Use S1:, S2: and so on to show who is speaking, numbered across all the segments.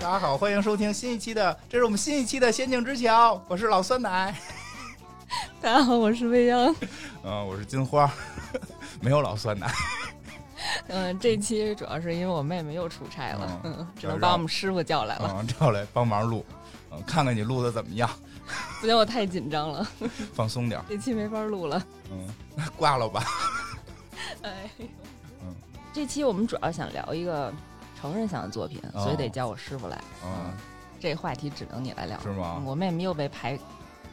S1: 大家好，欢迎收听新一期的，这是我们新一期的《仙境之桥》，我是老酸奶，
S2: 大家好，我是未央。
S1: 嗯、我是金花， 没有老酸奶，
S2: 嗯，这期主要是因为我妹妹又出差了，
S1: 嗯
S2: 嗯，只
S1: 就是
S2: 能把
S1: 让
S2: 我们师傅叫来了。
S1: 嗯，赵来帮忙录，嗯，看看你录的怎么样，嗯
S2: 不行，我太紧张了，
S1: 放松点儿，
S2: 这期没法录了。
S1: 嗯， 挂了吧，
S2: 哎，
S1: 嗯
S2: 这期我们主要想聊一个成人向的作品，
S1: 哦
S2: 所以得叫我师傅来。
S1: 嗯，
S2: 这话题只能你来聊，嗯
S1: 是吗
S2: 我妹妹又被排，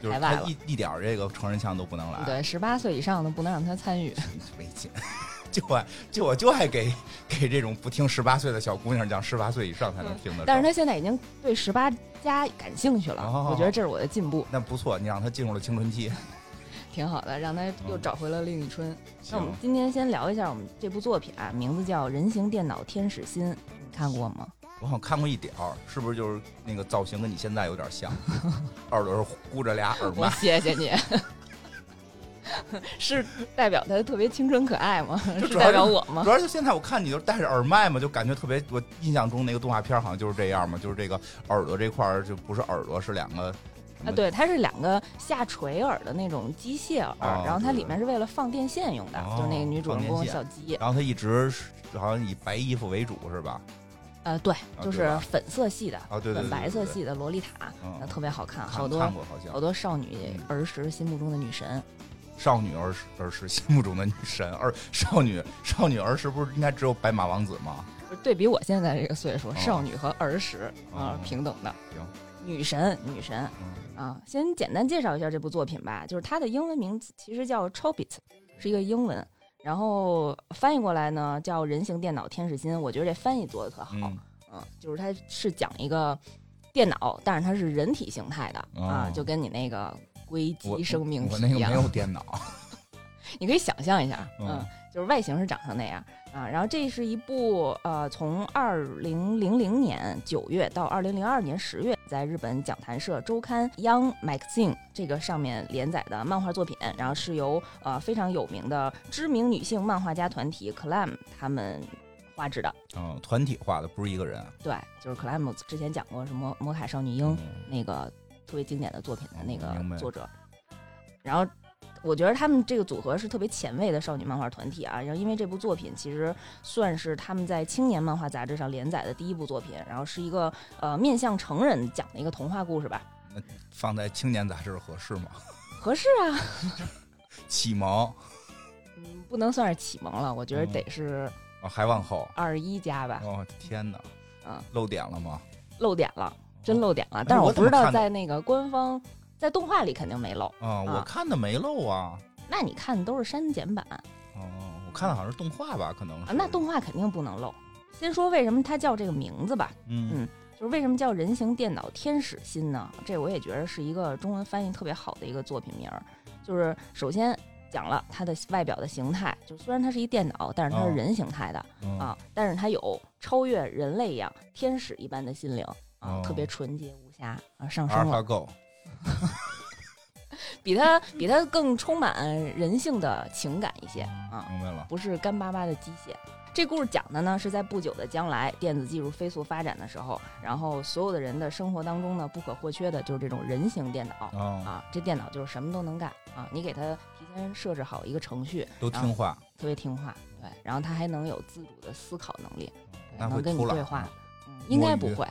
S1: 就是
S2: 太
S1: 他
S2: 晚了
S1: 一一点儿这个成人腔都不能来，
S2: 对，十八岁以上的不能让她参与。
S1: 没劲， 就爱就我就爱给给这种不听十八岁的小姑娘讲十八岁以上才能听的、
S2: 但是她现在已经对十八加感兴趣了，
S1: 哦
S2: 我觉得这是我的进步，
S1: 那不错，你让她进入了青春期，
S2: 挺好的，让她又
S1: 嗯
S2: 找回了另一春。那我们
S1: 行
S2: 今天先聊一下我们这部作品啊，名字叫《人形电脑天使心》，你看过吗？
S1: 我好像看过一点儿，是不是就是那个造型跟你现在有点 像？耳朵是箍着俩耳
S2: 我
S1: 麦，
S2: 谢谢你， 是代表他特别青春可爱 吗？
S1: 就是主要
S2: 代表
S1: 是
S2: 我吗
S1: 主？要是现在我看你就戴着耳麦嘛，就感觉特别。我印象中那个动画片好像就是这样嘛，就是这个耳朵这块儿就不是耳朵，是两个什么
S2: 啊，对，它是两个下垂耳的那种机械耳，
S1: 哦
S2: 然后它
S1: 对
S2: 里面是为了放电线用的，
S1: 哦
S2: 就是那个女主人
S1: 放
S2: 公
S1: 电线啊
S2: 小鸡，
S1: 然后他一直是好像以白衣服为主是吧？
S2: 呃，对，就
S1: 啊对
S2: 是
S1: 吧
S2: 粉色系的，
S1: 啊，对对对
S2: 粉白色，
S1: 对
S2: 系的洛丽塔，
S1: 对嗯
S2: 那特别好看，
S1: 看
S2: 好多
S1: 看过好像
S2: 好多少女
S1: 嗯
S2: 儿时心目中的女神。
S1: 少女儿时儿时心目中的女神，而少女少女儿时不是应该只有白马王子吗？
S2: 对比我现在这个岁数，
S1: 哦
S2: 少女和儿时啊
S1: 哦
S2: 平等的。
S1: 行
S2: 女神，女神
S1: 嗯
S2: 啊！先简单介绍一下这部作品吧，就是它的英文名字其实叫《Chobits》，是一个英文，然后翻译过来呢叫《人形电脑天使心》。我觉得这翻译做的特好，
S1: 嗯
S2: 嗯，就是它是讲一个电脑，但是它是人体形态的、啊
S1: 哦，
S2: 就跟你那个硅
S1: 我
S2: 基生命
S1: 我
S2: 体
S1: 那个
S2: 一
S1: 没
S2: 样，
S1: 有电脑，
S2: 你可以想象一下，
S1: 嗯
S2: 嗯，就是外形是长成那样啊。然后这是一部呃，从二零零零年九月到二零零二年十月，在日本讲谈社周刊《Young Magazine》这个上面连载的漫画作品，然后是由呃非常有名的知名女性漫画家团体 Clam 他们画制的。
S1: 嗯，团体化的不是一个人，
S2: 对，就是 Clam 之前讲过什么《魔卡少女樱》
S1: 嗯
S2: 那个特别经典的作品的那
S1: 明白
S2: 个作者。然后我觉得他们这个组合是特别前卫的少女漫画团体啊。然后因为这部作品其实算是他们在青年漫画杂志上连载的第一部作品，然后是一个呃面向成人讲的一个童话故事吧。
S1: 放在青年杂志合适吗？
S2: 合适啊，
S1: 启蒙
S2: 嗯，不能算是启蒙了，我觉得
S1: 嗯
S2: 得是
S1: 啊，还往后，
S2: 二一加吧，
S1: 哦天哪，
S2: 嗯，
S1: 漏点了吗？
S2: 漏点了，真漏点了。但
S1: 哦哎
S2: 是
S1: 我
S2: 我
S1: 怎么
S2: 不知道
S1: 看的
S2: 在那个官方在动画里肯定没漏，
S1: 啊，我
S2: 啊
S1: 看的没漏啊，
S2: 那你看的都是删减版。
S1: 哦，我看的好像是动画吧，可能
S2: 啊
S1: 是，
S2: 那动画肯定不能漏。先说为什么它叫这个名字吧，
S1: 嗯
S2: 嗯就是为什么叫人形电脑天使心呢？这我也觉得是一个中文翻译特别好的一个作品名儿。就是首先讲了它的外表的形态，就虽然它是一电脑，但是它
S1: 哦
S2: 是人形态的、
S1: 嗯
S2: 啊，但是它有超越人类一样天使一般的心灵啊，
S1: 哦
S2: 特别纯洁无瑕啊，上
S1: 阿
S2: 升
S1: 尔法
S2: 了，
S1: Go
S2: 比它比它更充满人性的情感一些啊。
S1: 嗯明白了，
S2: 不是干巴巴的机械。这故事讲的呢，是在不久的将来，电子技术飞速发展的时候，然后所有的人的生活当中呢，不可或缺的就是这种人形电脑
S1: 哦，
S2: 啊。这电脑就是什么都能干啊，你给它提前设置好一个程序，
S1: 都听话，
S2: 特别听话，对，然后它还能有自主的思考能力，对
S1: 那会
S2: 能跟你
S1: 偷懒
S2: 对
S1: 吗
S2: 话。嗯应该不
S1: 摸鱼
S2: 会，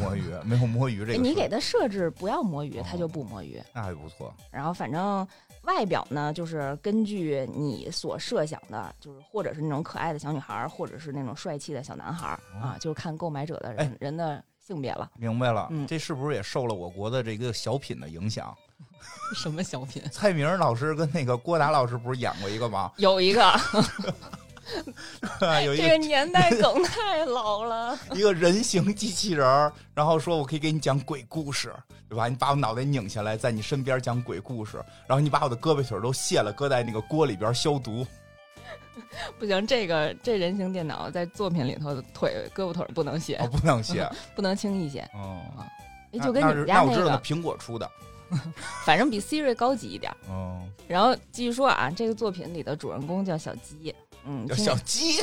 S1: 摸鱼 没有摸鱼这
S2: 哎
S1: 个，
S2: 你给它设置不要摸鱼
S1: 哦，
S2: 它就不摸鱼。
S1: 那还不错，
S2: 然后反正外表呢，就是根据你所设想的，就是或者是那种可爱的小女孩儿，或者是那种帅气的小男孩儿、
S1: 哦
S2: 啊，就是看购买者的人、
S1: 哎
S2: 人的性别了。
S1: 明白了，
S2: 嗯
S1: 这是不是也受了我国的这个小品的影响？
S2: 什么小品？
S1: 蔡明老师跟那个郭达老师不是演过一个吗？
S2: 有一个，
S1: 啊有一
S2: 这
S1: 个
S2: 个 年代梗太老了。
S1: 一个人形机器人儿，然后说我可以给你讲鬼故事，对吧？你把我脑袋拧下来，在你身边讲鬼故事，然后你把我的胳膊腿儿都卸了，搁在那个锅里边消毒。
S2: 不行，这个这人形电脑在作品里头的腿、胳膊腿儿不能写，
S1: 哦，不能 卸。
S2: 不能轻易写。
S1: 哦，
S2: 哎，就跟你们
S1: 是
S2: 家
S1: 那我知道，那
S2: 个，
S1: 苹果出的。
S2: 反正比 Siri 高级一点儿。
S1: 哦，
S2: 然后继续说啊，这个作品里的主人公叫小鸡，嗯，
S1: 叫
S2: 听
S1: 小鸡。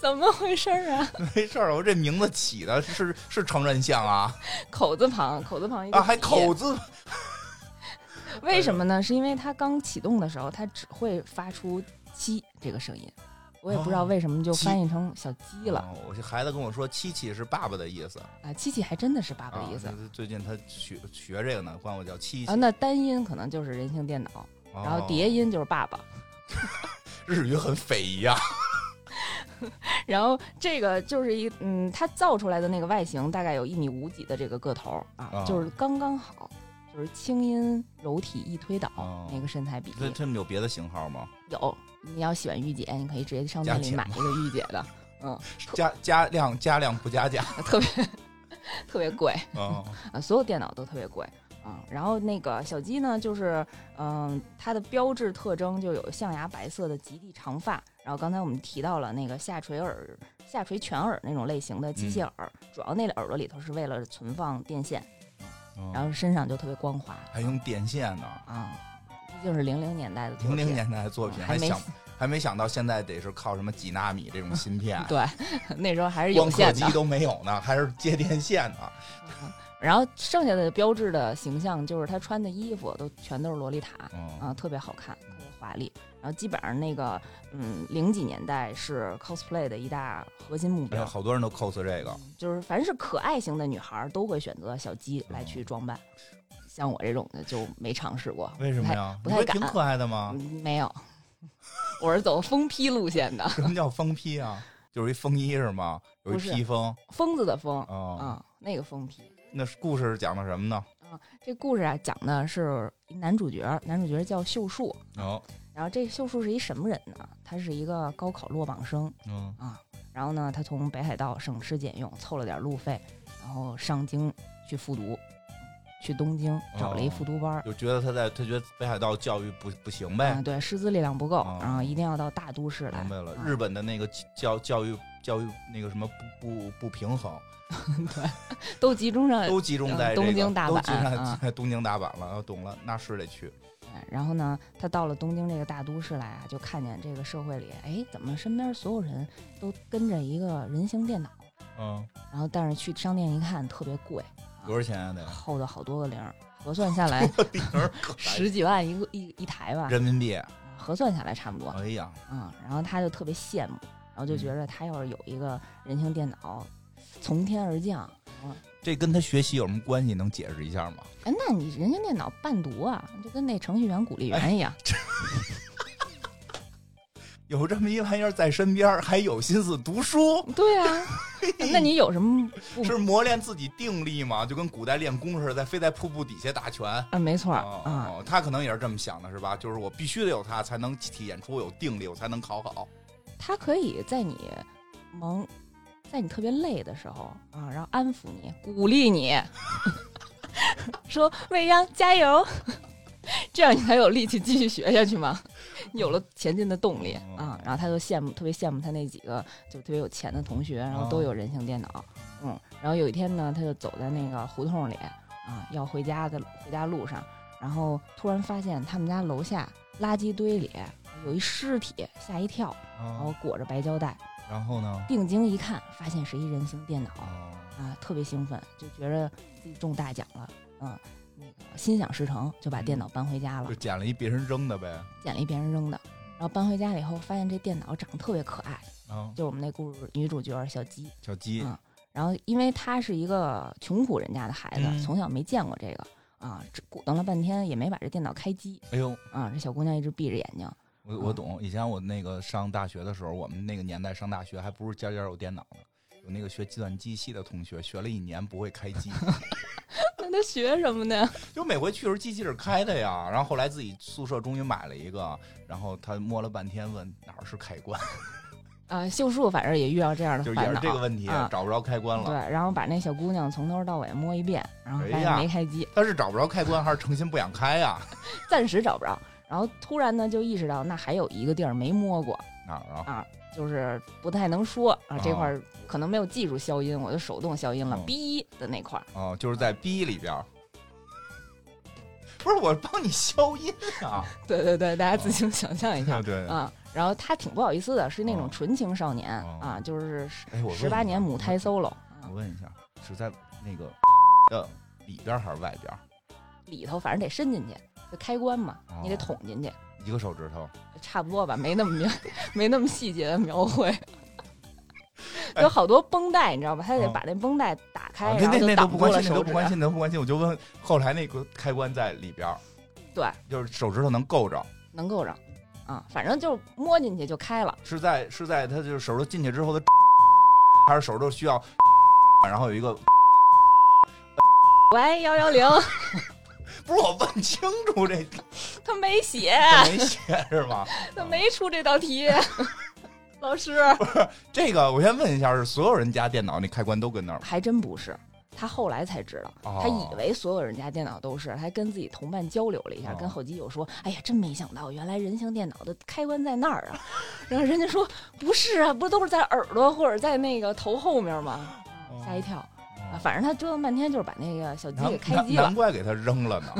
S2: 怎么回事儿啊？
S1: 没事儿，我这名字起的是是承认像啊
S2: 口字旁，口字旁一个
S1: 啊，还
S2: 底
S1: 口哎字
S2: 为什么呢？是因为它刚启动的时候，它只会发出“鸡”这个声音，我也不知道为什么就
S1: 鸡
S2: 翻译成小鸡了。
S1: 哦我这孩子跟我说，七七是爸爸的意思，
S2: 啊。七七还真的是爸爸的意思
S1: 啊。最近他学学这个呢，管我叫七七
S2: 啊，。那单音可能就是人形电脑，然后
S1: 哦
S2: 叠音就是爸爸。
S1: 日语很匪夷 啊，
S2: 然后这个就是一嗯，它造出来的那个外形大概有一米五几的这个个头儿啊，
S1: 啊
S2: 就是刚刚好，就是轻音柔体一推倒、
S1: 哦
S2: 那个身材比
S1: 这
S2: 例
S1: 这么有别的型号吗？
S2: 有。你要喜欢御姐，你可以直接上
S1: 加
S2: 店里
S1: 钱
S2: 买一个御姐的，嗯，
S1: 加加量加量不加价啊
S2: 特别特别贵。
S1: 哦
S2: 啊，所有电脑都特别贵啊。然后那个小鸡呢，就是嗯、它的标志特征就有象牙白色的极地长发。然后刚才我们提到了那个下垂耳、下垂全耳那种类型的机械
S1: 嗯
S2: 耳，主要那个耳朵里头是为了存放电线，
S1: 哦
S2: 然后身上就特别光滑
S1: 还用电线呢。
S2: 啊。毕竟是零零年代的作
S1: 零
S2: 品，
S1: 零年代的作品，
S2: 啊
S1: 还
S2: 没，
S1: 想还没想到现在得是靠什么几纳米这种芯片
S2: 对 那时候还是有
S1: 光刻
S2: 限
S1: 机
S2: 的。
S1: 都没有呢，还是接电线呢。
S2: 然后剩下的标志的形象就是他穿的衣服都全都是洛丽塔，
S1: 嗯，
S2: 啊，特别好看，特别华丽。然后基本上那个，嗯，零几年代是 cosplay 的一大核心目
S1: 哎呀，
S2: 标，嗯
S1: 好多人都 cos 这个。
S2: 就是凡是可爱型的女孩儿都会选择小鸡
S1: 嗯
S2: 来去装扮，像我这种的就没尝试过，
S1: 为什么呀？
S2: 不太
S1: 你
S2: 敢
S1: 不是挺可爱的吗
S2: 嗯？没有， 我是走疯批路线的，
S1: 什么叫风披啊？就是一风衣是吗？有一
S2: 不是
S1: 披风
S2: 疯子的疯
S1: 啊。，哦
S2: 啊，那个疯批。
S1: 那故事讲的什么呢？
S2: 这故事啊，讲的是男主角，男主角叫秀树，
S1: 哦，
S2: 然后这秀树是一什么人呢？他是一个高考落榜生，
S1: 嗯，
S2: 啊，然后呢，他从北海道省吃俭用凑了点路费，然后上京去复读，去东
S1: 哦
S2: 京找了一复读班儿。
S1: 就觉得他在他觉得北海道教育不不行
S2: 啊，
S1: 呗，
S2: 对，师资力量不够，
S1: 哎哦
S2: 然后一定要到大都市来。
S1: 明白了
S2: 啊。
S1: 日本的那个教教育教育那个什么不不不平衡，
S2: 都集中上，
S1: 都集中在
S2: 嗯东
S1: 这个
S2: 京大阪
S1: 都集中在
S2: 啊
S1: 在 东京大阪了。啊懂了，那是得去。
S2: 哎然后呢，他到了东京这个大都市来啊，就看见这个社会里，哎，怎么身边所有人都跟着一个人形电脑？
S1: 嗯，
S2: 然后但是去商店一看，特别贵，
S1: 多少钱啊？得
S2: 厚的好多个零儿，核算下 来
S1: 顶儿可白
S2: 十几万一个一一台吧，
S1: 人民币。
S2: 核算下来差不多。
S1: 哎呀，
S2: 嗯，然后他就特别羡慕，然后就觉着他要是有一个人形电脑从天而降，
S1: 这跟他学习有什么关系？能解释一下吗？
S2: 哎，那你人形电脑伴读啊，就跟那程序员鼓励员一样，
S1: 有这么一玩意儿在身边儿，还有心思读书，
S2: 对啊， 那你有什么不
S1: 是磨练自己定力吗？就跟古代练功似的，在非在瀑布底下打拳。
S2: 啊？没错儿
S1: 哦
S2: 啊，
S1: 哦，他可能也是这么想的，是吧？就是我必须得有他，才能体现出我有定力，我才能考好。
S2: 他可以在你忙，在你特别累的时候啊，然后安抚你，鼓励你， 说未央加油。 这样你才有力气继续学下去嘛，你有了前进的动力啊！然后他就羡慕，特别羡慕他那几个就特别有钱的同学，然后都有人形电脑，嗯。然后有一天呢，他就走在那个胡同里啊，要回家的回家路上，然后突然发现他们家楼下垃圾堆里有一尸体，吓一跳，然后
S1: 哦，
S2: 裹着白胶带，
S1: 然后呢？
S2: 定睛一看，发现是一人形电脑
S1: 哦，
S2: 啊，特别兴奋，就觉着自己中大奖了，嗯，那个心想事成，就把电
S1: 嗯
S2: 脑搬回家了
S1: 哦就，捡了一别人扔的呗。
S2: 捡了一别人扔的，然后搬回家以后，发现这电脑长得特别可爱，
S1: 啊，
S2: 就是我们那故事女主角小鸡。
S1: 小鸡
S2: 嗯然后，因为她是一个穷苦人家的孩子，
S1: 嗯
S2: 从小没见过这个啊，只鼓捣了半天也没把这电脑开机
S1: 哎呦，
S2: 啊。这小姑娘一直闭着眼睛，
S1: 我
S2: 嗯
S1: 我懂，以前我那个上大学的时候，我们那个年代上大学还不是家家有电脑呢，有那个学计算机系的同学学了一年不会开 机，
S2: 那她学什么呢？
S1: 就每回去的时候机器是开的呀，然后后来自己宿舍终于买了一个，然后他摸了半天问哪儿是开 关，
S2: 啊，秀树反正也遇到这样的
S1: 就是
S2: 烦恼，
S1: 也是这个问题，
S2: 啊
S1: 找不着开关了。
S2: 对，然后把那小姑娘从头到尾摸一遍，然后发
S1: 哎
S2: 现
S1: 呀
S2: 没开机，
S1: 他是找不着开关，还是诚心不想开啊呀？
S2: 暂时找不着。然后突然呢，就意识到那还有一个地儿没摸过，
S1: 哪儿啊？
S2: 就是不太能说啊，这
S1: 哦
S2: 块儿可能没有技术消音，我就手动消音了
S3: 哦
S1: 嗯，
S2: 哔、的那块儿。
S1: 哦，就是在逼里边儿。不是我帮你消音啊！啊
S2: 对对对，大家自行想象一下、
S1: 对
S2: 啊。然后他挺不好意思的，是那
S3: 哦
S2: 种纯情少年
S3: 哦
S2: 啊，就是十
S3: 哎，我问
S2: 十
S3: 一
S2: 八
S3: 下
S2: 年母胎
S3: 我
S2: solo
S3: 我
S2: 啊，
S3: 问一下，是在那个的里边还是外边？
S2: 里头反正得伸进去，就开关嘛，你得
S3: 哦
S2: 捅进去，
S3: 一个手指头，
S2: 差不多吧，没那么明， 没那么细节的描绘。
S1: 哎
S2: 有好多绷带，你知道吧？他得
S1: 哦
S2: 把那绷带打开，
S1: 啊那
S2: 然后
S1: 那
S2: 就
S1: 那都
S2: 挡
S1: 不
S2: 住
S1: 关
S2: 了
S1: 心，那
S2: 手
S1: 都
S2: 指
S1: 不。关心，那都不关心。我就问后来那个开关在里边儿，
S2: 对，
S1: 就是手指头能够着，
S2: 能够让啊，反正就摸进去就开了。
S1: 是在是在他就是手指头进去之后的，还是手指头需要， 然后有一个
S2: 喂，幺幺零，
S1: 不是我问清楚这
S2: 他没 写，
S1: 这没写是吗？
S2: 他没出这道题。 老师，
S1: 这个我先问一下，是所有人家电脑那开关都跟那儿吗？
S2: 还真不是，他后来才知道，
S1: 哦
S2: 他以为所有人家电脑都是，还跟自己同伴交流了一下，
S1: 哦
S2: 跟后机友说：“哎呀，真没想到，原来人形电脑的开关在那儿啊！” 然后人家说：“不是啊，不都是在耳朵或者在那个头后面吗？”吓一跳啊！反正他折腾半天，就是把那个小鸡
S1: 难
S2: 给开机
S1: 难
S2: 了
S1: 难。怪给他扔了呢。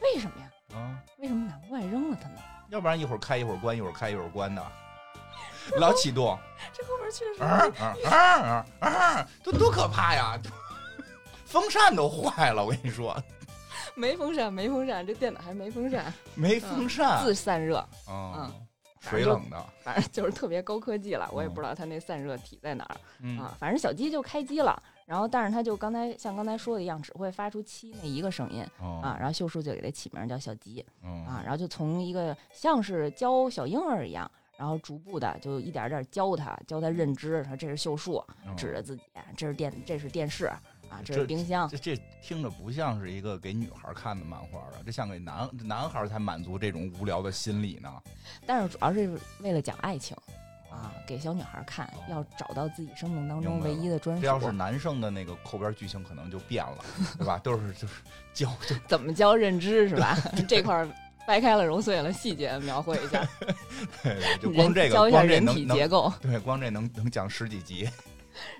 S2: 为什么呀？
S1: 啊，
S2: 为什么难怪扔了他呢？
S1: 要不然一会儿开一会儿关，一会儿开一会儿关的，老启动，
S2: 这后边确实
S1: 嗯嗯嗯嗯，这多可怕呀！风扇都坏了，我跟你说，
S2: 没风扇，没风扇，这电脑还没风扇，
S1: 没风扇，
S2: 自散热，
S1: 啊，
S2: 反正
S1: 水
S2: 就
S1: 冷的，
S2: 反正就是特别高科技了。我也不知道它那散热体在哪儿。
S1: 嗯
S2: 啊，反正小鸡就开机了，然后但是它就刚才像刚才说的一样，只会发出七那一个声音
S3: 啊
S1: 哦
S2: 啊，然后秀树就给它起名叫小鸡
S3: 啊
S2: 啊，然后就从一个像是教小婴儿一样，然后逐步的就一点儿点儿教它，教它认知，说这是秀
S1: 哦
S2: 树，指着自己，这是电，这是电视啊，这
S1: 这
S2: 是冰箱，
S1: 这这听着不像是一个给女孩看的漫画啊，这像给男男孩才满足这种无聊的心理呢。
S2: 但是主要是为了讲爱情啊，，给小女孩儿看，要找到自己生命当中
S1: 明白
S2: 唯
S1: 了
S2: 一的专
S1: 这要是
S2: 属，
S1: 男生的那个后边剧情可能就变 了，对吧？都是 就是教就
S2: 怎么教认知是吧？ 这块儿掰开了揉碎了，细节描绘一下。
S1: 对，就
S2: 人
S1: 光这
S2: 教
S1: 个
S2: 一下
S1: 光这
S2: 人
S1: 能
S2: 体
S1: 能
S2: 结构，
S1: 对，光这能能讲十几集，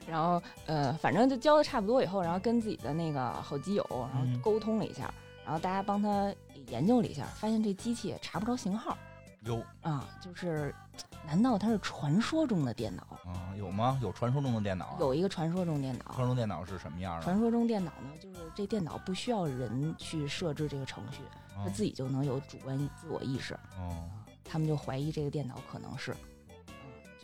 S2: 然后呃，反正就教的差不多以后，然后跟自己的那个好基友，然
S1: 嗯
S2: 后沟通了一下，然后大家帮他研究了一下，发现这机器也查不着型号
S1: 有
S2: 啊，就是难道它是传说中的电脑？
S1: 啊有吗？有传说中的电脑啊？
S2: 有一个传说中电
S1: 传
S2: 脑，
S1: 说中电脑是什么样的？
S2: 传说中电脑呢，就是这电脑不需要人去设置这个程序，它自己就能有主观自我意识
S1: 啊哦
S2: 啊。他们就怀疑这个电脑可能是。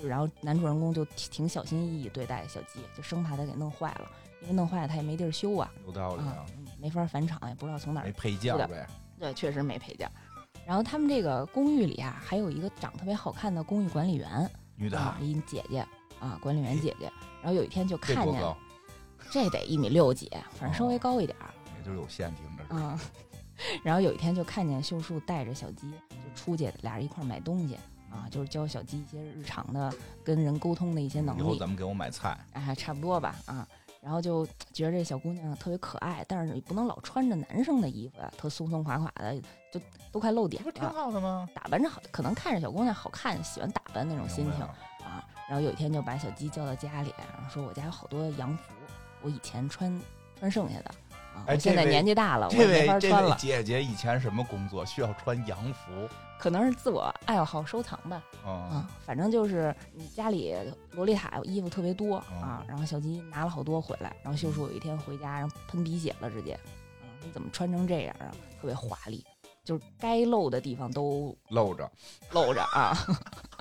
S2: 就然后男主人公就挺挺小心翼翼对待小鸡，就生怕它给弄坏了，因为弄坏了他也没地儿修啊，
S1: 有道理
S2: 啊
S1: 啊，，
S2: 嗯没法返厂，也不知道从哪
S1: 没
S2: 儿，
S1: 配件
S2: 是的
S1: 呗。
S2: 对，确实没配件儿。然后他们这个公寓里啊，还有一个长特别好看的公寓管理员，
S1: 女的啊，
S2: 啊，一姐姐啊，管理员姐姐。然后有一天就
S1: 这
S2: 看
S1: 多
S2: 见
S1: 高，？哦
S2: 这得一米六几，反正稍微高一点儿
S1: 也就是有线听着是。
S2: 啊。 然后有一天就看见秀树带着小鸡就出去，俩人一块儿买东西啊，就是教小鸡一些日常的跟人沟通的一些能
S1: 以后
S2: 力
S1: 咱，们给我买菜，
S2: 哎，差不多吧啊。然后就觉得这小姑娘特别可爱，但是你不能老穿着男生的衣服啊呀，特松松垮垮的，就都快露
S1: 这
S2: 点
S1: 不挺
S2: 了。
S1: 好的吗？
S2: 打扮着好，可能看着小姑娘好看，喜欢打扮那种心
S1: 明白
S2: 情
S1: 了
S2: 啊。然后有一天就把小鸡叫到家里，然后说我家有好多洋服，我以前穿穿剩下的啊，
S1: 哎
S2: 我现
S1: 这
S2: 在
S1: 位
S2: 年纪大了，我
S1: 这
S2: 没法
S1: 位这
S2: 穿
S1: 位
S2: 了，
S1: 姐姐以前什么工作？需要穿洋服
S2: 可能是自我爱好收藏吧。
S1: 啊？
S2: 啊，反正就是你家里洛丽塔衣服特别多啊
S1: 嗯，
S2: 然后小鸡拿了好多回来，然后秀树有一天回家，然后喷鼻血了，直接，啊，你怎么穿成这样啊？特别华丽，就是该露的地方都
S1: 露着，
S2: 露着啊，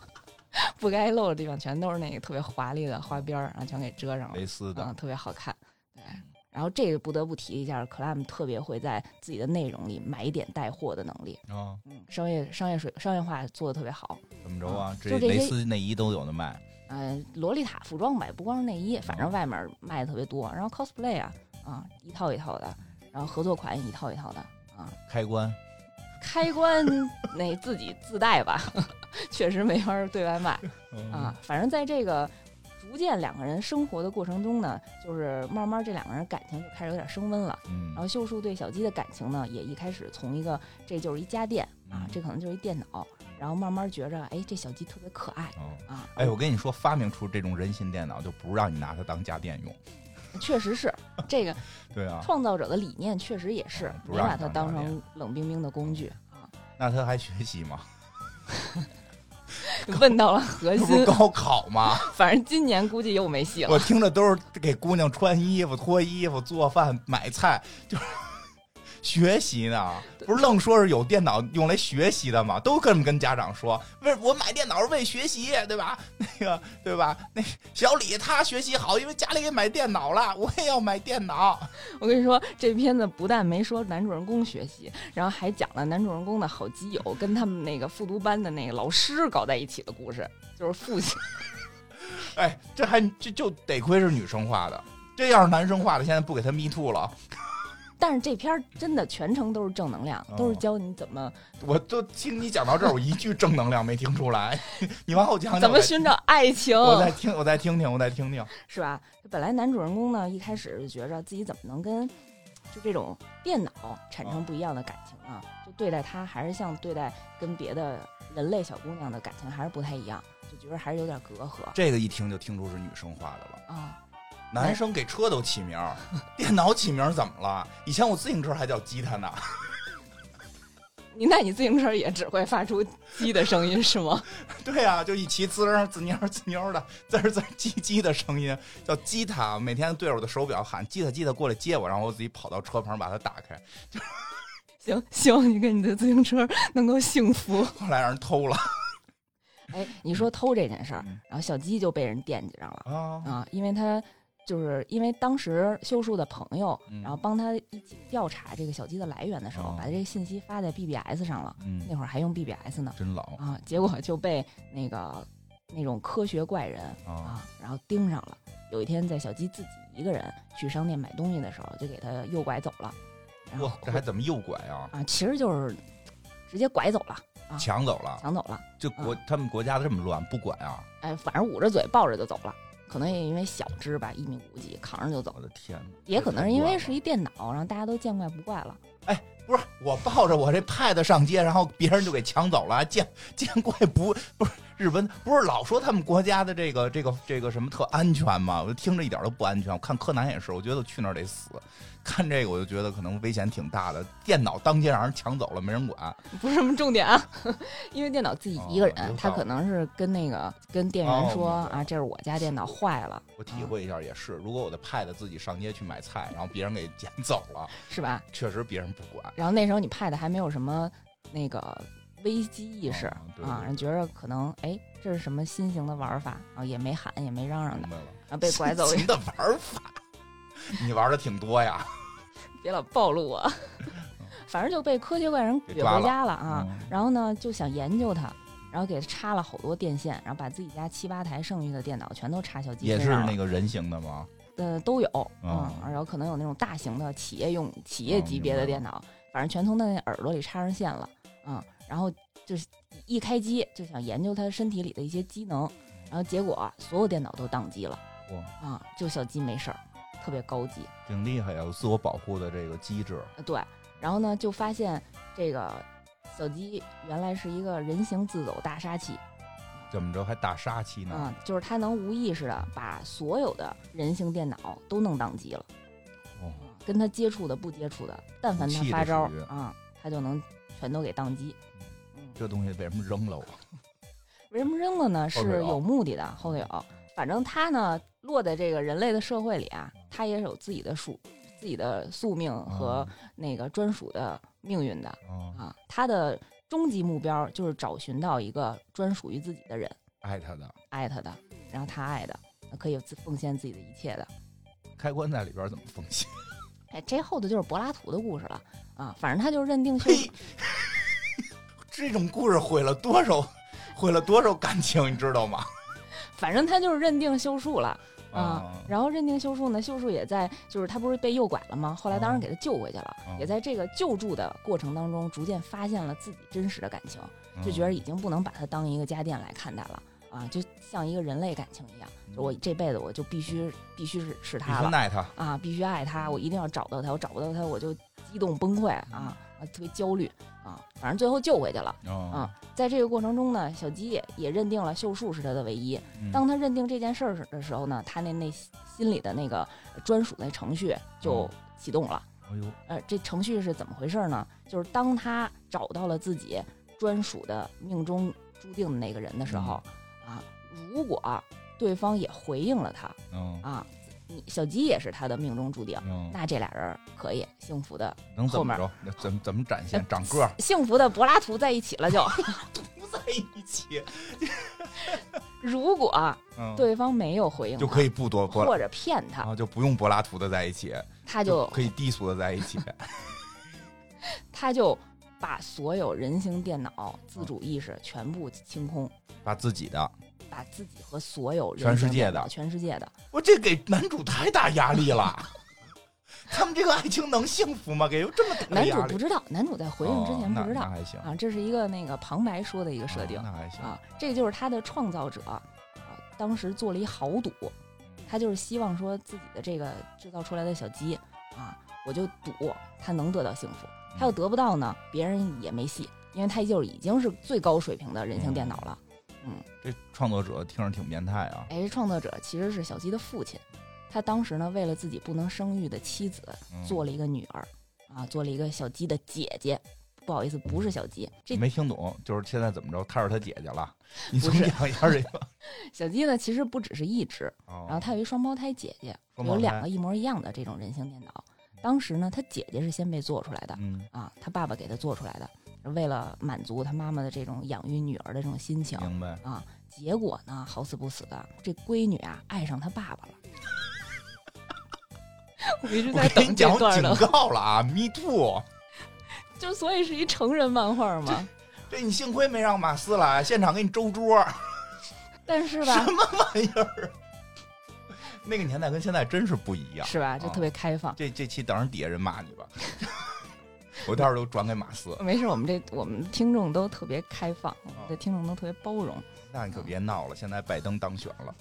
S2: 不该露的地方全都是那个特别华丽的花边儿，然后全给遮上了
S1: 蕾，丝的嗯
S2: 啊，，特别好看，对。然后这个不得不提一下，Clam 特别会在自己的内容里买点带货的能力，
S1: 啊，
S2: 嗯，商业商业水商业化做的特别好，
S1: 怎么着啊？
S2: 就
S1: 这
S2: 这
S1: 蕾
S2: 些
S1: 丝内衣都有的卖，
S2: 呃，洛丽塔服装呗，不光是内衣，反正外面卖的特别多。然后 cosplay 啊，啊，一套一套的，然后合作款一套一套的，啊，
S1: 开关
S2: 开关那自己自带吧， 确实没法儿对外卖
S1: 嗯
S2: 啊。反正在这个逐渐两个人生活的过程中呢，就是慢慢这两个人感情就开始有点升温了。
S1: 嗯
S2: 然后秀树对小鸡的感情呢，也一开始从一个这就是一家电啊
S1: 嗯，
S2: 这可能就是一电脑，然后慢慢觉着，哎，这小鸡特别可爱
S1: 哦
S2: 啊。
S1: 哎，我跟你说，发明出这种人形电脑，就不让你拿它当家电用。
S2: 确实是这个。
S1: 对啊，
S2: 创造者的理念确实也是
S1: 嗯，不
S2: 没
S1: 让
S2: 把
S1: 你
S2: 它
S1: 当
S2: 当
S1: 家
S2: 成冷冰冰的工具啊。
S1: 那他还学习吗？
S2: 问到了核
S1: 这不
S2: 心
S1: 是。高考吗？
S2: 反正今年估计又 没戏了
S1: 我。听着都是给姑娘穿衣服、脱衣服、做饭、买菜，就是 学习呢。不是愣说是有电脑用来学习的吗？都跟跟家长说，为我买电脑是为学习，对吧？ 那个对吧？那小李他学习好，因为家里给买电脑了，我也要买电脑。
S2: 我跟你说，这片子不但没说男主人公学习，然后还讲了男主人公的好基友跟他们那个复读班的那个老师搞在一起的故事，就是 父亲。
S1: 哎，这还这就得亏是女生画的，这要是男生画的，现在不给他 me too 了。
S2: 但是这片儿真的全程都是正能量
S1: 哦，
S2: 都是教你怎么
S1: 我都听你讲到这儿，我一句正能量没听出来。 你往后讲讲，
S2: 怎么哦
S1: 我再
S2: 寻找爱情，
S1: 我再听，我再听听，我再听听。
S2: 是吧？本来男主人公呢一开始就觉着自己怎么能跟就这种电脑产生不一样的感情啊，就对待它还是像对待跟别的人类小姑娘的感情还是不太一样，就觉得还是有点隔阂
S1: 这个一听就听出是女生画的了。
S2: 啊。
S1: 男生给车都起名儿， 电脑起名儿怎么了？以前我自行车还叫吉他呢。
S2: 你那你自行车也只会发出鸡的声音是吗？
S1: 对啊，就一骑滋儿滋妞儿滋妞儿的，滋儿滋儿叽叽的声音叫吉他。每天对着我的手表喊吉他吉他过来接我，然后我自己跑到车旁把它打开。
S2: 行，希望你跟你的自行车能够幸福。
S1: 后来让人偷了
S2: 哎，你说偷这件事儿
S1: 嗯，
S2: 然后小鸡就被人惦记上了
S1: 啊
S2: 啊，因为他就是因为当时修树的朋友，
S1: 嗯
S2: 然后帮他一起调查这个小鸡的来源的时候
S1: 哦，
S2: 把这信息发在 BBS 上了，
S1: 嗯，
S2: 那会儿还用 BBS 呢
S1: 真老
S2: 啊，结果就被那个那种科学怪人
S1: 啊！
S2: 啊，然后盯上了。有一天在小鸡自己一个人去商店买东西的时候，就给他诱拐走了，然后
S1: 哇，这还怎么诱拐啊？
S2: 啊，其实就是直接拐走了，
S1: 抢走了，
S2: 抢走了。
S1: 这国
S2: 嗯
S1: 他们国家这么乱，不管啊！
S2: 哎，反正捂着嘴抱着就走了。可能也因为小只吧，一米五几，扛着就走，
S1: 我的天哪，
S2: 也可能是因为是
S1: 一
S2: 一电脑，然后大家都见怪不怪了。
S1: 不是我抱着我这 pad 上街，然后别人就给抢走了， 见见怪不不是日本不是老说他们国家的这个这个这个什么特安全吗？我听着一点都不安全。我看柯南也是，我觉得我去那儿得死。看这个我就觉得可能危险挺大的，电脑当街让人抢走了，没人管。
S2: 不是什么重点啊， 因为电脑自己一个人，
S1: 哦有
S2: 他
S1: 道理
S2: 可能是跟那个跟店员说、
S1: 哦明白
S2: 啊，这是我家电脑坏了，
S1: 我体会一下也是，如果我的 pad 自己上街去买菜，然后别人给捡走了，
S2: 是吧？
S1: 确实别人不管。
S2: 然后那时候你 Pad 还没有什么那个危机意识、
S1: 哦对
S2: 啊，
S1: 对
S2: 然后觉着可能哎这是什么新型的玩法，然后也没喊也没嚷嚷的
S1: 明，白了，
S2: 然后被 拐走，
S1: 新的玩法，你玩的挺多呀。
S2: 别老暴露我， 反正就被科学怪人
S1: 给
S2: 掠
S1: 抓
S2: 回
S1: 了
S2: 家了啊。
S1: 嗯
S2: 然后呢就想研究它，然后给插了好多电线，然后把自己家七八台剩余的啊电脑全都插小鸡
S1: 也
S2: 身
S1: 是
S2: 上了
S1: 那个人形的吗？
S2: 呃都有，
S1: 哦
S2: 嗯，然后可能有那种大型的企业用企业级别
S1: 哦
S2: 的
S1: 明白
S2: 电脑，反正全从他那耳朵里插上线了，嗯，然后就是一开机就想研究它身体里的一些机能，然后结果啊、所有电脑都宕机了
S1: 哇，
S2: 啊、就小鸡没事儿，特别高级，
S1: 挺厉害呀，啊有自我保护的这个机制。
S2: 呃对，然后呢就发现这个小鸡原来是一个人形自走大杀器。
S1: 怎么着还大杀器呢？
S2: 嗯，就是它能无意识的把所有的人形电脑都弄宕机了，
S1: 哦，
S2: 嗯跟它接触的不接触的，但凡它
S1: 武器
S2: 发
S1: 这
S2: 招
S1: 属于
S2: 啊，它就能全都给宕机。嗯，
S1: 这东西为什么扔了我？
S2: 为什么扔了呢？
S1: 后腿
S2: 是
S1: 有嗯
S2: 有目的的，后队友。反正它呢，落在这个人类的社会里啊，它也是有自己的属、自己的宿命和
S1: 嗯
S2: 那个专属的命运的
S1: 哦
S2: 啊。它的终极目标就是找寻到一个专属于自己的人。
S1: 爱他的
S2: 爱他的，然后他爱的，可以自奉献自己的一切的。
S1: 开关在里边怎么奉献？
S2: 哎，这后头就是柏拉图的故事了啊，反正他就认定修
S1: 嘿， 这种故事毁了多少，毁了多少感情，你知道吗？
S2: 反正他就是认定修树了。啊
S1: 啊，，
S2: 然后认定修树呢，修树也在，就是他不是被诱拐了吗？后来当然给他救回去了，
S1: 哦
S2: 也在这个救助的过程当中，逐渐发现了自己真实的感情，就觉得
S1: 嗯
S2: 已经不能把它当一个家电来看待了啊，就像一个人类感情一样，就我这辈子我就必须必须是是他了
S1: 你，爱他，
S2: 啊，必须爱他，我一定要找到他，我找不到他我就激动崩溃啊啊，特别焦虑啊，反正最后救回去了。
S1: 哦
S2: 啊在这个过程中呢，小鸡也也认定了秀树是他的唯一。
S1: 嗯
S2: 当他认定这件事儿的时候呢，他那那心里的那个专属那程序
S1: 嗯
S2: 就启动了。
S1: 哎呦，
S2: 呃，这程序是怎么回事呢？就是当他找到了自己专属的命中注定的那个人的时候，啊，如果对方也回应了他
S1: 嗯
S2: 啊，你小鸡也是他的命中注定，
S1: 嗯，
S2: 那这俩人可以幸福的
S1: 能怎
S2: 后
S1: 么
S2: 面
S1: 着？那怎么怎么展现？长个儿
S2: 幸福的柏拉图在一起了就。
S1: 不在一起，
S2: 如果
S1: 嗯，，
S2: 对方没有回应他，
S1: 就可以不多柏拉，
S2: 或者骗
S1: 然
S2: 他，
S1: 后就不用柏拉图的在一起，
S2: 他就
S1: 可以低俗的在一 起。
S2: 他就把所有人形电脑自主意识全部清空，
S1: 把自己的，
S2: 把自己和所有人
S1: 全世
S2: 形
S1: 界
S2: 电脑
S1: 的
S2: 全世界的
S1: 我这给男主太大压力了。 他们这个爱情能幸福吗？给有这么大
S2: 男
S1: 的
S2: 主
S1: 压力？
S2: 不知道，男主在回应之前不知道
S1: 哦那那还行
S2: 啊，这是一个那个旁白说的一个设定
S1: 哦那还行。
S2: 啊，这就是他的创造者啊，当时做了一豪赌，他就是希望说自己的这个制造出来的小鸡啊，我就赌他能得到幸福，
S1: 嗯
S2: 他要得不到呢，别人也没戏，因为他就是已经是最高水平的人形电脑
S1: 嗯
S2: 了。
S1: 这创作者听着挺变态啊。
S2: 哎，这创作者其实是小鸡的父亲，他当时呢为了自己不能生育的妻子，
S1: 嗯
S2: 做了一个女儿，啊，做了一个小鸡的姐姐。不好意思，不是小鸡，这
S1: 没听懂，就是现在怎么着？他是他姐姐了，你
S2: 不
S1: 总
S2: 是
S1: 讲一下这 个。哦
S2: 小鸡呢其实不只是一只，
S1: 然
S2: 然后他有一双胞胎姐姐，
S1: 双胞胎
S2: 有两个一模一样的这种人形电脑。当时呢，他姐姐是先被做出来的
S1: 嗯，
S2: 啊，他爸爸给他做出来的，是为了满足他妈妈的这种养育女儿的这种心情。
S1: 明白。
S2: 啊，结果呢，好死不死的，这闺女啊爱上他爸爸了。 我一直
S1: 我
S2: 在
S1: 给你
S2: 等
S1: 讲
S2: 这段
S1: 警
S2: 呢，
S1: 告了啊，Me too。
S2: 就所以是一成人漫画嘛，
S1: 这你幸亏没让马斯来，现场给你周桌，
S2: 但是
S1: 什
S2: 吧，
S1: 么玩意儿？ 那个年代跟现在真是不一样。
S2: 是吧，就特别开放。
S1: 这这期等着底下人骂你吧，我到时候都转给马斯。啊
S2: 没事，我们这我们听众都特别开放，我们的听众都特别包容。
S1: 那你可别闹了，现在拜登当选了，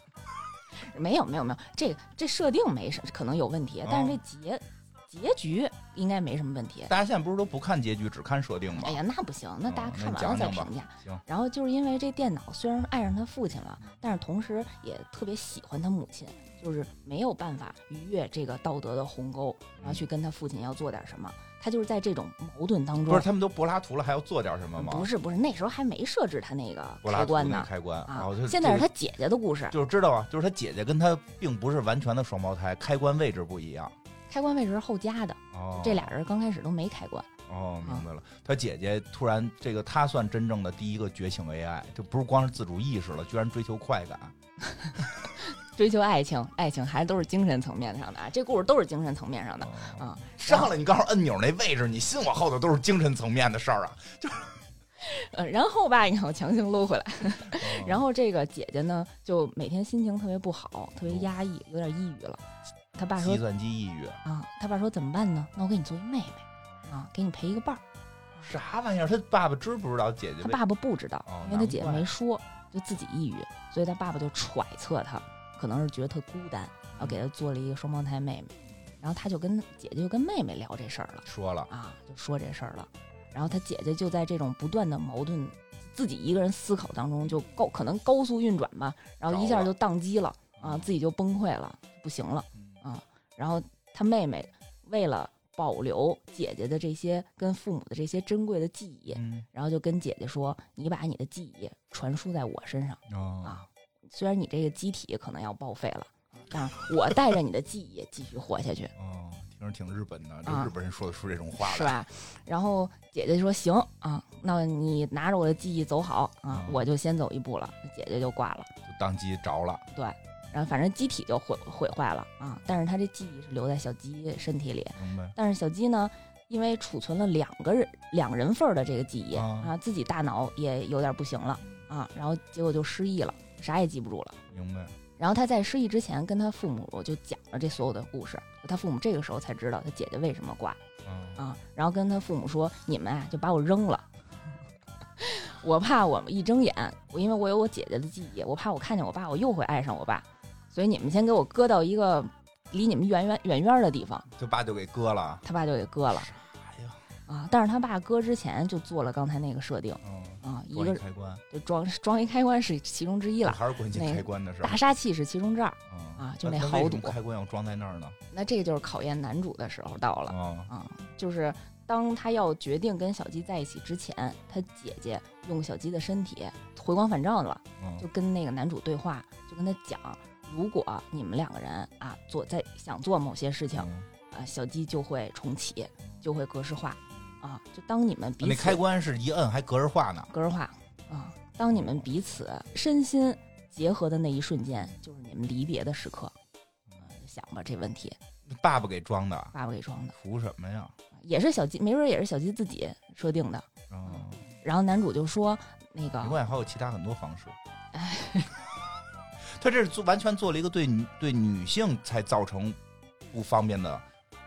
S2: 没有没有没有，这个这设定没什可能有问题，但是这结结局应该没什么问题。
S1: 大家现在不是都不看结局，只看设定吗
S2: 哎？呀，那不行，那大家
S1: 嗯那
S2: 看
S1: 你
S2: 完了再
S1: 讲讲吧
S2: 评价。
S1: 行，
S2: 然后就是因为这电脑虽然爱上他父亲了，但是同时也特别喜欢他母亲，就是没有办法逾越这个道德的鸿沟，然后
S1: 嗯
S2: 去跟他父亲要做点什么。他就是在这种矛盾当中，
S1: 不是他们都柏拉图了，还要做点什么吗？
S2: 不是不是那时候还没设置他那个
S1: 柏拉
S2: 开
S1: 图
S2: 关
S1: 那
S2: 呢
S1: 开关
S2: 啊
S1: 我就，
S2: 现在是他姐姐的故事，
S1: 就是知道啊，就是他姐姐跟他并不是完全的双胞胎，开关位置不一样。
S2: 开关位置是后加的，
S1: 哦，
S2: 这俩人嗯刚开始都没开关。
S1: 哦，明白了。他姐姐突然这个，他算真正的第一个觉醒 AI，这不是光是自主意识了，居然追求快感。
S2: 追求爱情，爱情还都是精神层面上的啊，这故事都是精神层面上的
S1: 哦
S2: 啊。
S1: 上来你告诉我按钮那位置，你信我后头都是精神层面的事儿啊。
S2: 呃，然后吧，你要强行搂回来。 然
S1: 后
S2: 后这个姐姐呢，就每天心情特别不好，特
S1: 哦
S2: 别压抑，有点抑郁了。她爸说
S1: 计算机抑郁，
S2: 啊，她爸说怎么办呢？那我给你做一妹妹啊，给你陪一个伴儿。
S1: 啥玩意儿？他爸爸知不知道姐姐
S2: 她
S1: 为？
S2: 爸爸不知道
S1: 哦，
S2: 因为她姐姐
S1: 难怪
S2: 没说，就自己抑郁，所以她爸爸就揣测她可能是觉得特孤单，然
S1: 嗯
S2: 后给她做了一个双胞胎妹妹。然后她就跟姐姐就跟妹妹聊这事儿了
S1: 说了，
S2: 啊，就说这事儿了。然后她姐姐就在这种不断的矛盾。自己一个人思考当中就高可能高速运转吧，然后一下
S1: 着
S2: 就
S1: 了
S2: 宕机了，啊，
S1: 嗯
S2: 自己就崩溃了，不行了
S1: 嗯
S2: 啊。然后他妹妹为了保留姐姐的这些跟父母的这些珍贵的记忆，
S1: 嗯，
S2: 然后就跟姐姐说：“你把你的记忆传输在我身上
S1: 哦，
S2: 啊，虽然你这个机体可能要报废了，但是我带着你的记忆继续活下去，
S1: 哦，听着挺日本的，这
S2: 啊
S1: 日本人说得出这种话
S2: 是
S1: 来。
S2: 吧？”然后姐姐说：“行啊，那你拿着我的记忆走好啊，
S1: 嗯
S2: 我就先走一步了。”姐姐就挂了。
S1: 就当机着了，
S2: 然后反正机体就毁毁坏了啊，但是他这记忆是留在小鸡身体里。
S1: 明白？
S2: 但是小鸡呢，因为储存了两个人两人份儿的这个记忆
S1: 啊
S2: 啊，自己大脑也有点不行了啊，然后结果就失忆了，啥也记不住了。
S1: 明白。
S2: 然后他在失忆之前跟他父母就讲了这所有的故事，他父母这个时候才知道他姐姐为什么挂
S1: 嗯，
S2: 啊，然后跟他父母说：“你们啊，就把我扔了。” 我怕我一睁眼，我因为我有我姐姐的记忆，我怕我看见我爸，我又会爱上我爸，所以你们先给我搁到一个离你们远远远远的地方。
S1: 他爸就给割了。
S2: 他爸就给割了
S1: 哎呀，
S2: 啊！但是他爸割之前就做了刚才那个设定
S1: 嗯，
S2: 啊，一
S1: 关
S2: 个
S1: 于开关，
S2: 就装装一开关是其中之一了，
S1: 还是关
S2: 那
S1: 键
S2: 个
S1: 开关的事儿
S2: 大。杀器是其中之二。
S1: 啊
S2: 啊就那
S1: 为
S2: 豪
S1: 什么
S2: 赌
S1: 开关要装在那儿呢？
S2: 那这就是考验男主的时候到了
S1: 啊，
S2: 啊，就是当他要决定跟小鸡在一起之前，他姐姐用小鸡的身体回光返照了，
S1: 嗯
S2: 就跟那个男主对话，就跟他讲，如果你们两个人啊做在想做某些事情
S1: 嗯
S2: 啊，小鸡就会重启，就会格式化啊，就当你们彼
S1: 那开
S2: 此
S1: 关是一摁还格式化呢，
S2: 格式化啊，当你们彼此身心结合的那一瞬间，就是你们离别的时刻。啊想吧，这问题
S1: 爸爸给装的，
S2: 爸爸给装的，
S1: 图什么呀？
S2: 也是小鸡，没准儿也是小鸡自己设定的。
S1: 嗯，
S2: 然后男主就说：“那
S1: 没
S2: 个
S1: 关系，还有其他很多方式。 他这是做完全做了一个对女对女性才造成不方便的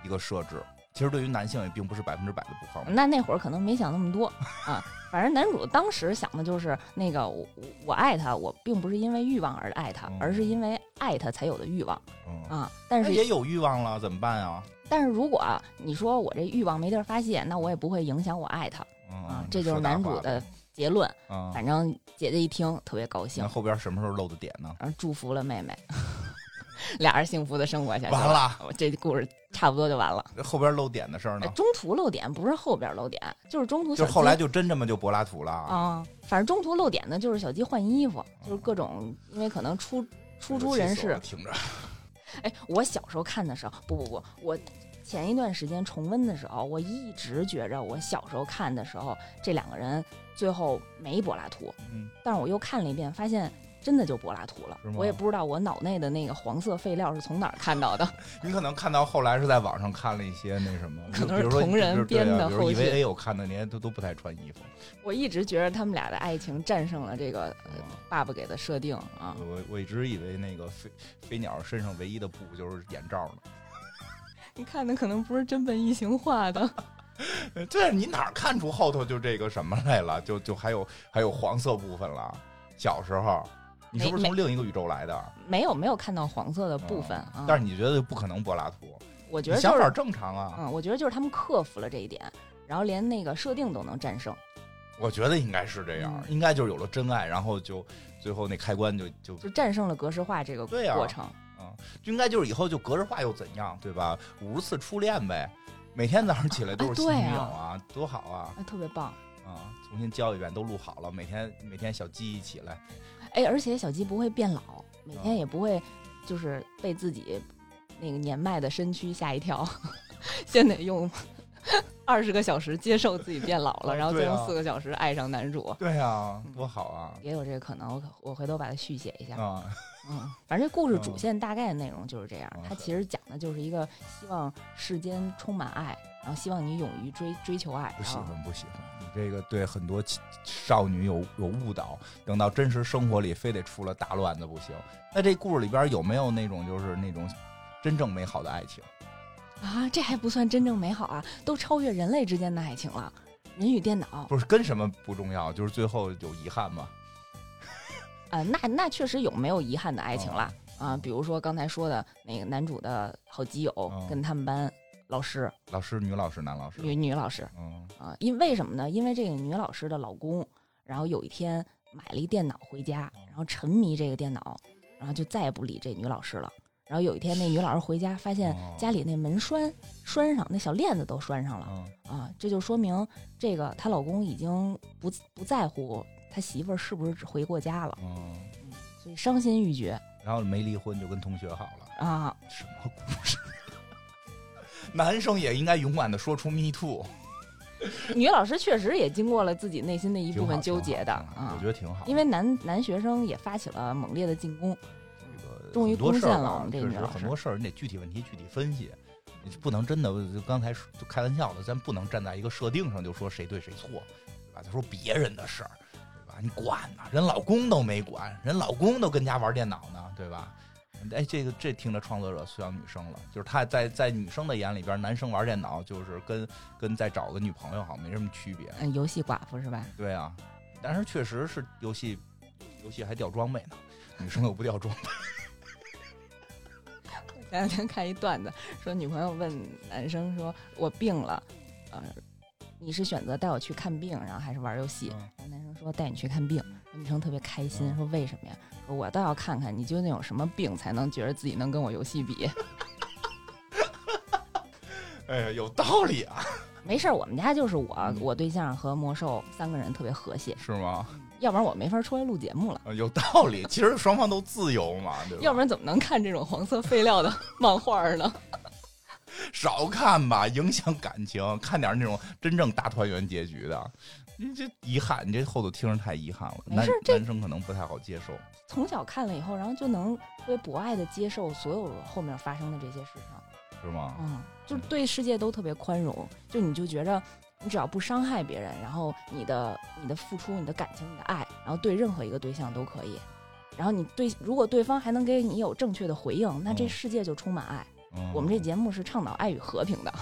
S1: 一个设置，其实对于男性也并不是百分之百的不方便。
S2: 那那会儿可能没想那么多啊，反正男主当时想的就是那个我我我爱他，我并不是因为欲望而爱他
S1: 嗯，
S2: 而是因为爱他才有的欲望
S1: 嗯，
S2: 啊。但
S1: 那也
S2: 是
S1: 有欲望了，怎么办啊？
S2: 但是如果你说我这欲望没地儿发泄，那我也不会影响我爱他
S1: 嗯
S2: 啊，
S1: 嗯
S2: 这就是
S1: 说大
S2: 男
S1: 话
S2: 主的
S1: 了
S2: 结论。
S1: 嗯。
S2: 反正姐姐一听特别高兴
S1: 那，后边什么时候漏的点呢？
S2: 然后祝福了妹 妹，俩人幸福的生活下去
S1: 完。了，
S2: 我这故事差不多就完了。
S1: 后边漏点的事儿
S2: 哎
S1: 呢，
S2: 中途漏点不是后边漏点，就是中途
S1: 嗯就
S2: 小
S1: 是后来
S2: 鸡
S1: 就真这么就柏拉图了啊。嗯
S2: 啊、反正中途漏点呢，就是小鸡换衣服，就是各种因为可能出出租人士。
S1: 听着，
S2: 哎，我小时候看的时候，不不不，我前一段时间重温的时候，我一直觉着我小时候看的时候，这两个人最后没柏拉图，
S1: 嗯，
S2: 但是我又看了一遍，发现。真的就柏拉图了
S1: 是吗，
S2: 我也不知道我脑内的那个黄色废料是从哪儿 看到的。
S1: 你可能看到后来是在网上看了一些那什么，
S2: 可能
S1: 比
S2: 是
S1: 如说
S2: 同人
S1: 就是对啊
S2: 编的
S1: 比如
S2: 后续
S1: EVA 我看的那些都都不太穿衣服，
S2: 我一直觉着他们俩的爱情战胜了这个呃
S1: 嗯
S2: 爸爸给的设定啊。
S1: 我我一直以为那个飞飞鸟身上唯一的布就是眼罩呢。
S2: 你看的可能不是真本异形画的，
S1: 这你哪看出后头就这个什么来了？就就还有还有黄色部分了。小时候，你是不是
S2: 没
S1: 从另一个宇宙来的？
S2: 没有没有看到黄色的部分啊。
S1: 哦但是你觉得不可能柏拉图，
S2: 我觉
S1: 你
S2: 得就
S1: 想
S2: 是
S1: 法正常啊。
S2: 嗯，我觉得就是他们克服了这一点，然后连那个设定都能战胜，
S1: 我觉得应该是这样，
S2: 嗯
S1: 应该就是有了真爱，然后就最后那开关就就
S2: 就战胜了格式化这个
S1: 对啊
S2: 过程。
S1: 就应该就是以后就格式化又怎样，对吧？五十次初恋呗，每天早上起来都是
S2: 啊
S1: 新
S2: 对啊
S1: 女友啊，多好啊！
S2: 哎，特别棒！
S1: 啊，重新教一遍，都录好了，每天每天小记忆起来，
S2: 哎，而且小鸡不会变老，每
S1: 啊
S2: 天也不会就是被自己那个年迈的身躯吓一跳，先得用 二十个小时接受自己变老了，
S1: 啊
S2: 然后再
S1: 对啊
S2: 用四个小时爱上男主，
S1: 对啊
S2: 嗯
S1: 多好啊！
S2: 也有这个可能。我可我回头把它续写一下。
S1: 啊，
S2: 嗯，反正这故事主
S1: 嗯
S2: 线大概内容就是这样
S1: 嗯。
S2: 它其实讲的就是一个希望世间充满爱，然后希望你勇于追追求爱。啊
S1: 不喜
S2: 然后
S1: 欢不喜欢，你这个对很多青少女有有误导，等到真实生活里非得出了大乱子不行。那这故事里边有没有那种就是那种真正美好的爱情？
S2: 啊，这还不算真正美好啊，都超越人类之间的爱情了。人与电脑啊、
S1: 不是跟什么不重要，就是最后有遗憾嘛？
S2: 呃那那确实有没有遗憾的爱情了、啊？比如说刚才说的那个男主的好基友、
S1: 嗯
S2: 跟他们班老师
S1: 老师，女老师，男老师，
S2: 女女老师
S1: 嗯，
S2: 啊，因为什么呢？因为这个女老师的老公，然后有一天买了一电脑回家，然后沉迷这个电脑，然后就再也不理这女老师了。然后有一天，那女老师回家发现
S1: 哦
S2: 家里那门栓栓上，那小链子都栓上了
S1: 嗯
S2: 啊，这就说明这个她老公已经不不在乎她媳妇儿是不是回过家了，
S1: 嗯，
S2: 所以伤心欲绝
S1: 然后没离婚就跟同学好了。
S2: 啊。
S1: 什么故事？ 男生也应该勇敢的说出 “me too”，
S2: 女老师确实也经过了自己内心的一
S1: 一
S2: 部分纠结的啊
S1: 我觉，得挺好。
S2: 因为男男学生也发起了猛烈的进攻。
S1: 这个
S2: 终于
S1: 呃很多
S2: 攻
S1: 事儿
S2: 陷了
S1: 吧
S2: 我们这
S1: 确
S2: 女
S1: 实
S2: 老
S1: 很
S2: 师
S1: 多事儿你得具体问题具体分析，你不能真的就刚才说就开玩笑了，咱不能站在一个设定上就说谁对谁错，对吧？就说别人的事儿，对吧？你管呢、人老公都没管，人老公都跟家玩电脑呢，对吧？哎，这个这听着创作者塑养女生了，就是他在在女生的眼里边，男生玩电脑就是跟跟再找个女朋友好像没什么区别。
S2: 嗯，游戏寡妇是吧？
S1: 对啊，但是确实是游戏，游戏还掉装备呢，女生又不掉装备。
S2: 前两天看一段子，说女朋友问男生说：“我病了，呃，你是选择带我去看病，然后还是玩游戏？”
S1: 嗯
S2: 然后男生说：“带你去看病。”女生特别开心，
S1: 嗯
S2: 说：“为什么呀？”说：“我倒要看看你究竟有什么病，才能觉得自己能跟我游戏比。
S1: 哎呀，有道理啊！
S2: 没事儿，我们家就是我、
S1: 嗯
S2: 我对象和魔兽三个人特别和谐，
S1: 是吗？
S2: 要不然我没法出来录节目了，
S1: 呃有道理，其实双方都自由嘛，对吧？
S2: 要不然怎么能看这种黄色废料的 漫画呢？
S1: 少看吧，影响感情。看点那种真正大团圆结局的，你这遗憾，你这后头听着太遗憾了。
S2: 没
S1: 男
S2: 事这
S1: 男生可能不太好接受。
S2: 从小看了以后，然后就能特别博爱的接受所有后面发生的这些事情。
S1: 是吗？
S2: 嗯，就是对世界都特别宽容，就你就觉着你只要不伤害别人，然后你的你的付出、你的感情、你的爱，然后对任何一个对象都可以。然后你对，如果对方还能给你有正确的回应，那这
S1: 嗯
S2: 世界就充满爱。
S1: 嗯
S2: 我们这节目是倡导爱与和平的，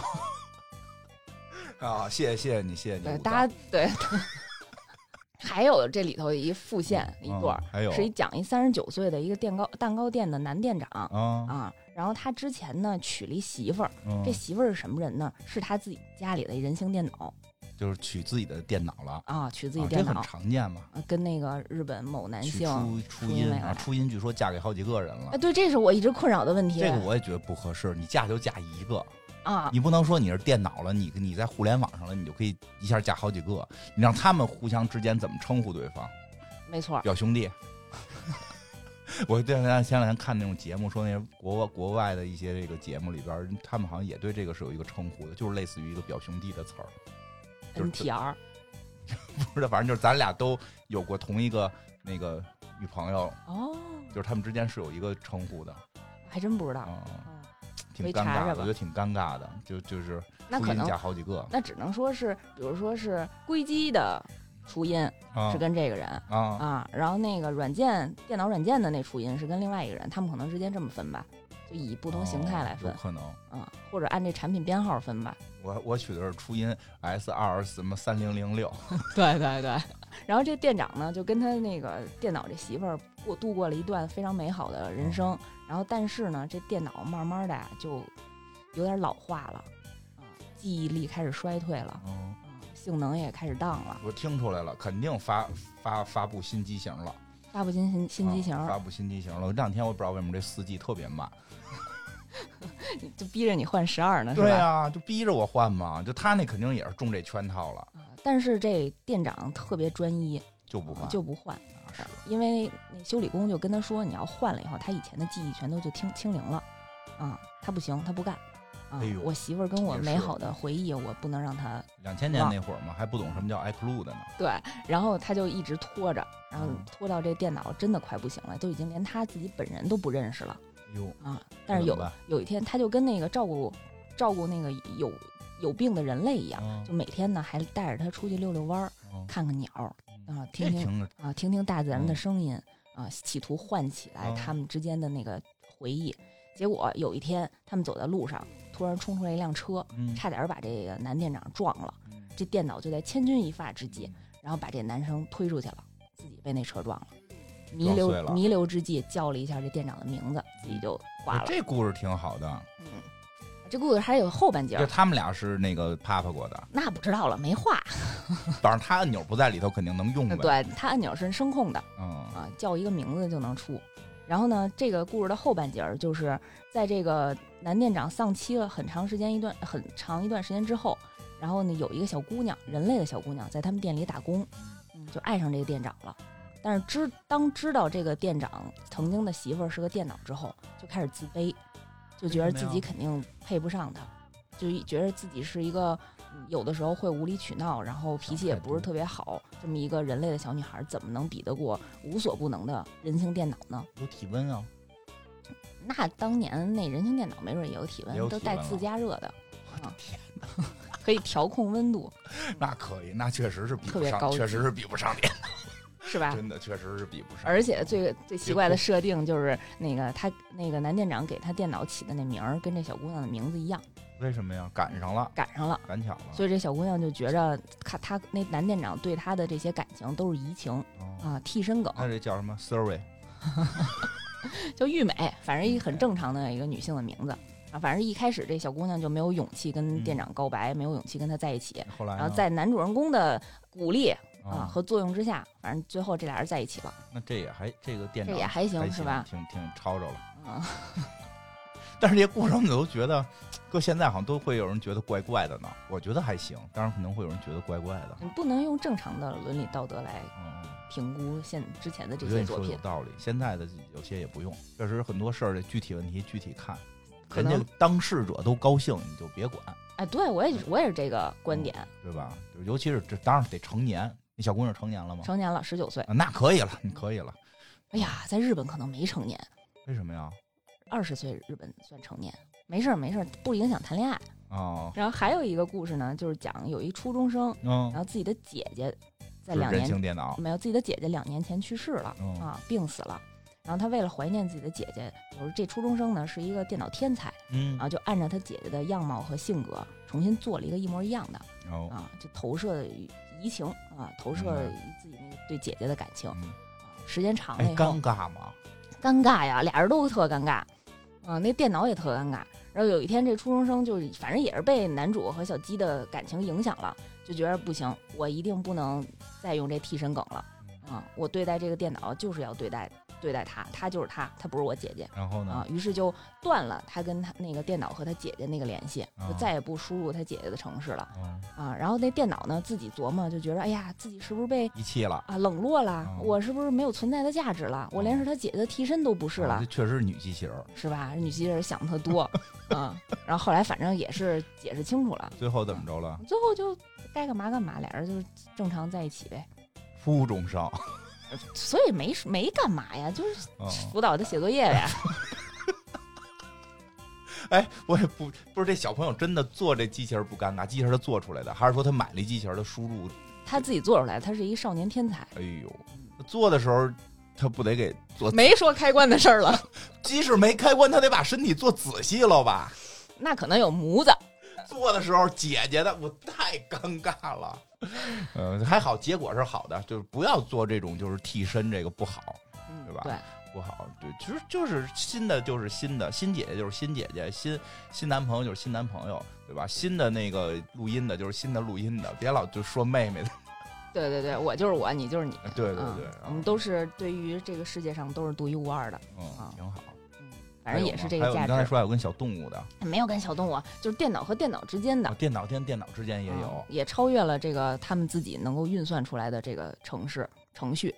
S1: 啊，谢谢谢谢你，谢谢你
S2: 对
S1: 武藏，
S2: 大家对。 还有这里头一副线一段儿
S1: 嗯，还有
S2: 是一讲一三十九岁的一个蛋糕蛋糕店的男店长
S1: 啊，
S2: 啊，然后他之前呢娶了一媳妇儿，
S1: 嗯
S2: 这媳妇儿是什么人呢？是他自己家里的人形电脑，
S1: 就是取自己的电脑了，
S2: 啊，取自己
S1: 啊
S2: 电
S1: 这
S2: 脑，
S1: 很常见嘛。
S2: 啊跟那个日本某男
S1: 取
S2: 性
S1: 初
S2: 初
S1: 初
S2: 音
S1: 音
S2: 未
S1: 啊，
S2: 来
S1: 初音据说嫁给好几个人了
S2: 啊，。对，这是我一直困扰的问题。
S1: 这个我也觉得不合适，你嫁就嫁一个，
S2: 啊，
S1: 你不能说你是电脑了，你你在互联网上了，你就可以一下嫁好几个，你让他们互相之间怎么称呼对方？
S2: 没错儿，
S1: 表兄弟。 我这两天前两天看那种节目，说那些国外国外的一些这个节目里边儿，他们好像也对这个是有一个称呼的，就是类似于一个表兄弟的词儿。就是
S2: NTR
S1: 不
S2: 啊
S1: 是，反正就是咱俩都有过同一个那个女朋友，
S2: 哦，
S1: 就是他们之间是有一个称呼的，
S2: 还真不知道。
S1: 嗯，
S2: 嗯
S1: 挺
S2: 回
S1: 尴
S2: 查
S1: 尬
S2: 着
S1: 的，我
S2: 吧
S1: 觉得挺尴尬的，就就是
S2: 那
S1: 初
S2: 可
S1: 音
S2: 能
S1: 加好几个
S2: 那只能说是，比如说是硅基的初音
S1: 啊
S2: 是跟这个人
S1: 啊，
S2: 啊，然后那个软件电脑软件的那初音是跟另外一个人，他们可能之间这么分吧，就以不
S1: 不
S2: 同形态来分
S1: 哦可能。
S2: 啊，或者按这产品编号分吧。
S1: 我我取的是初音 S 二什么三零零六，
S2: 对 对对。 然后这店长呢，就跟他那个电脑这媳妇儿过度过了一段非常美好的人生。
S1: 哦
S2: 然后，但是呢，这电脑慢慢的呀、就有点老化了，啊，记忆力开始衰退了，
S1: 嗯，
S2: 啊，性能也开始荡了，
S1: 我听出来了，肯定发发发布新机型了，
S2: 发不进新新机型，
S1: 啊发布新机型了。这两天我不知道为什么这四 G 特别慢，
S2: 就逼着你换十二呢，是
S1: 对
S2: 吧？
S1: 啊，就逼着我换嘛，就他那肯定也是中这圈套了，
S2: 啊但是这店长特别专一，
S1: 就不换，
S2: 就不换，
S1: 啊是
S2: 因为那修理工就跟他说，你要换了以后，他以前的记忆全都就清清零了，啊，他不行，他不干，啊，
S1: 哎呦
S2: 我媳妇儿跟我
S1: 也是嗯
S2: 美好的回忆，我不能让他
S1: 两千年那会儿嘛，还不懂什么叫 iCloud 呢，
S2: 对，然后他就一直拖着，然后
S1: 嗯
S2: 拖到这电脑真的快不行了，都已经连他自己本人都不认识了
S1: 哟，
S2: 啊，但是有
S1: 怎么办
S2: 有一天，他就跟那个照顾照顾那个有有病的人类一样，
S1: 嗯
S2: 就每天呢还带着他出去遛遛弯儿，
S1: 嗯
S2: 看看鸟儿啊，
S1: 这
S2: 听听
S1: 挺
S2: 啊，听听大自然的
S1: 嗯
S2: 声音啊，企图唤起来
S1: 嗯
S2: 他们之间的那个回忆。结果有一天，他们走在路上，突然冲出来一辆车，
S1: 嗯
S2: 差点儿把这个男店长撞了。
S1: 嗯
S2: 这电脑就在千钧一发之际，然后把这男生推出去了，自己被那车撞了。弥
S1: 撞
S2: 留
S1: 碎了
S2: 弥留之际，叫了一下这店长的名字，自己就挂
S1: 哎
S2: 了。
S1: 这故事挺好的，
S2: 嗯，这故事还有后半截
S1: 就
S2: 儿，
S1: 他们俩是那个啪啪过的，
S2: 那不知道了，没画。
S1: 反正他按钮不在里头，肯定能用呗。，
S2: 嗯 对，它按钮是声控的，
S1: 嗯，
S2: 啊，叫一个名字就能出。然后呢，这个故事的后半截儿就是在这个男店长丧妻了很长时间一段很长一段时间之后，然后呢，有一个小姑娘，人类的小姑娘，在他们店里打工，嗯，就爱上这个店长了。但是知当知道这个店长曾经的媳妇儿是个电脑之后，就开始自卑，就觉得
S1: 为什么
S2: 自
S1: 呀
S2: 己肯定配不上他，就一觉得自己是一个嗯有的时候会无理取闹，然后脾气也不是特别好，这么一个人类的小女孩，怎么能比得过无所不能的人形电脑呢？
S1: 有体温啊，
S2: 那当年那人形电脑没准也有体
S1: 也
S2: 温，
S1: 有
S2: 都
S1: 体
S2: 带
S1: 温
S2: 自
S1: 了
S2: 加热的，
S1: 我
S2: 嗯
S1: 的天，
S2: 可以调控温度，
S1: 那可以，那确实是比
S2: 特
S1: 不
S2: 别高
S1: 上，
S2: 级
S1: 确实是比不上脸，
S2: 是吧？
S1: 真的确实是比不上。
S2: 而且最最奇
S1: 别
S2: 怪的
S1: 哭
S2: 设定就是那个他那个男店长给他电脑起的那名儿跟这小姑娘的名字一样，
S1: 为什么呀？赶上了，
S2: 赶上了。
S1: 赶巧了。
S2: 所以这小姑娘就觉着，看她那男店长对她的这些感情都是移情
S1: 哦
S2: 啊，替身梗，
S1: 那这叫什么？Survey
S2: 叫玉美，反正一个很正常的一个女性的名字啊。反正一开始这小姑娘就没有勇气
S1: 嗯
S2: 跟店长告白，没有勇气跟他在一起。
S1: 后来呢，
S2: 然后啊在男主人公的鼓励啊
S1: 哎啊，
S2: 和作用之下，反正最后这俩人在一起了，
S1: 哎那这也还这个店
S2: 这
S1: 长
S2: 也还行
S1: 还
S2: 是吧？
S1: 挺挺吵着了。
S2: 嗯，
S1: 但是这些故事我们都觉得，搁现在好像都会有人觉得怪怪的呢。我觉得还行，当然可能会有人觉得怪怪的。
S2: 嗯你不能用正常的伦理道德来
S1: 嗯，
S2: 评估现之前的
S1: 我
S2: 这
S1: 觉得
S2: 些
S1: 你
S2: 作
S1: 说的有
S2: 品，
S1: 道理。现在的有些也不用，确实很多事儿得具体问题具体看，
S2: 可
S1: 人家
S2: 能
S1: 当事者都高兴，你就别管，
S2: 哎，对我
S1: 嗯
S2: 也我也是这个观点。
S1: 对吧？就尤其是这，当然得成年。那小姑娘成年了吗？
S2: 成年了，十九岁，
S1: 啊那可以了，你可以了。
S2: 哎呀，在日本可能没成年，
S1: 为什么呀？
S2: 二十岁日本算成年。没事儿，没事儿，不影响谈恋爱。
S1: 哦，
S2: 然后还有一个故事呢，就是讲有一初中生，
S1: 嗯
S2: 然，后自己的姐姐在
S1: 是
S2: 两
S1: 人
S2: 年
S1: 形电脑，
S2: 没有自己的姐姐两年前去世了、
S1: 嗯
S2: 啊，病死了。然后他为了怀念自己的姐姐，我说这初中生呢是一个电脑天才，
S1: 嗯
S2: 然，后就按照他姐姐的样貌和性格重新做了一个一模一样的
S1: 哦，
S2: 啊，就投射移情啊，投射自己那个对姐姐的感情啊
S1: 嗯。
S2: 时间长
S1: 哎
S2: 了，以后
S1: 尴，尬吗？
S2: 尴尬呀，俩人都特尴尬，啊，那电脑也特尴尬。然后有一天，这初中生就是反正也是被男主和小鸡的感情影响了，就觉得不行，我一定不能再用这替身梗了啊！我对待这个电脑就是要对待对待他，他就是他，他不是我姐姐
S1: 然后
S2: 啊
S1: 呢？！
S2: 于是就断了他跟他那个电脑和他姐姐那个联系，
S1: 啊
S2: 就再也不输入他姐姐的城市了
S1: 嗯，
S2: 啊！然后那电脑呢，自己琢磨就觉得，哎呀，自己是不是被
S1: 遗弃了，
S2: 啊冷落了
S1: 啊？
S2: 我是不是没有存在的价值了？我连是他姐姐的替身都不是
S1: 哦
S2: 了
S1: 这，确实是女机器人儿。
S2: 是吧？女机器人想的特多啊。然后后来反正也是解释清楚了，
S1: 最后怎么着了？
S2: 最后就该干嘛干嘛，俩人就是正常在一起呗。
S1: 初中生，
S2: 所以没没干嘛呀，就是
S1: 嗯，
S2: 辅导他写作业呗。
S1: 哎，我也不不是这小朋友真的做这机器人儿不尴尬，机器人儿他做出来的，还是说他买了一机器人儿的输入？
S2: 他自己做出来，他是一少年天才，
S1: 哎呦，
S2: 嗯
S1: 做的时候他不得给做，
S2: 没说开关的事儿 了。
S1: 即使没开关，他得把身体做仔细了吧？
S2: 那可能有模子，
S1: 做的时候姐姐的，我太尴尬了。嗯，还好结果是好的，就是不要做这种就是替身，这个不好。
S2: 嗯
S1: 对吧
S2: 对，
S1: 不好，对，其实就是新的就是新的，新姐姐就是新姐姐，新新男朋友就是新男朋友，对吧？新的那个录音的就是新的录音的，别老就说妹妹的，
S2: 对对对，我就是我，你就是你。
S1: 对对
S2: 嗯
S1: 对，啊
S2: 我们都是对于这个世界上都是独一无二的，
S1: 嗯
S2: 啊
S1: 挺好，
S2: 嗯，反正也是这
S1: 还
S2: 个
S1: 有吗还有
S2: 价
S1: 你刚才
S2: 值。
S1: 说还有跟小动物的，
S2: 没有跟小动物，就是电脑和电脑之间的
S1: 哦，电脑跟电脑之间也
S2: 嗯
S1: 有，
S2: 也超越了这个他们自己能够运算出来的这个程式程序。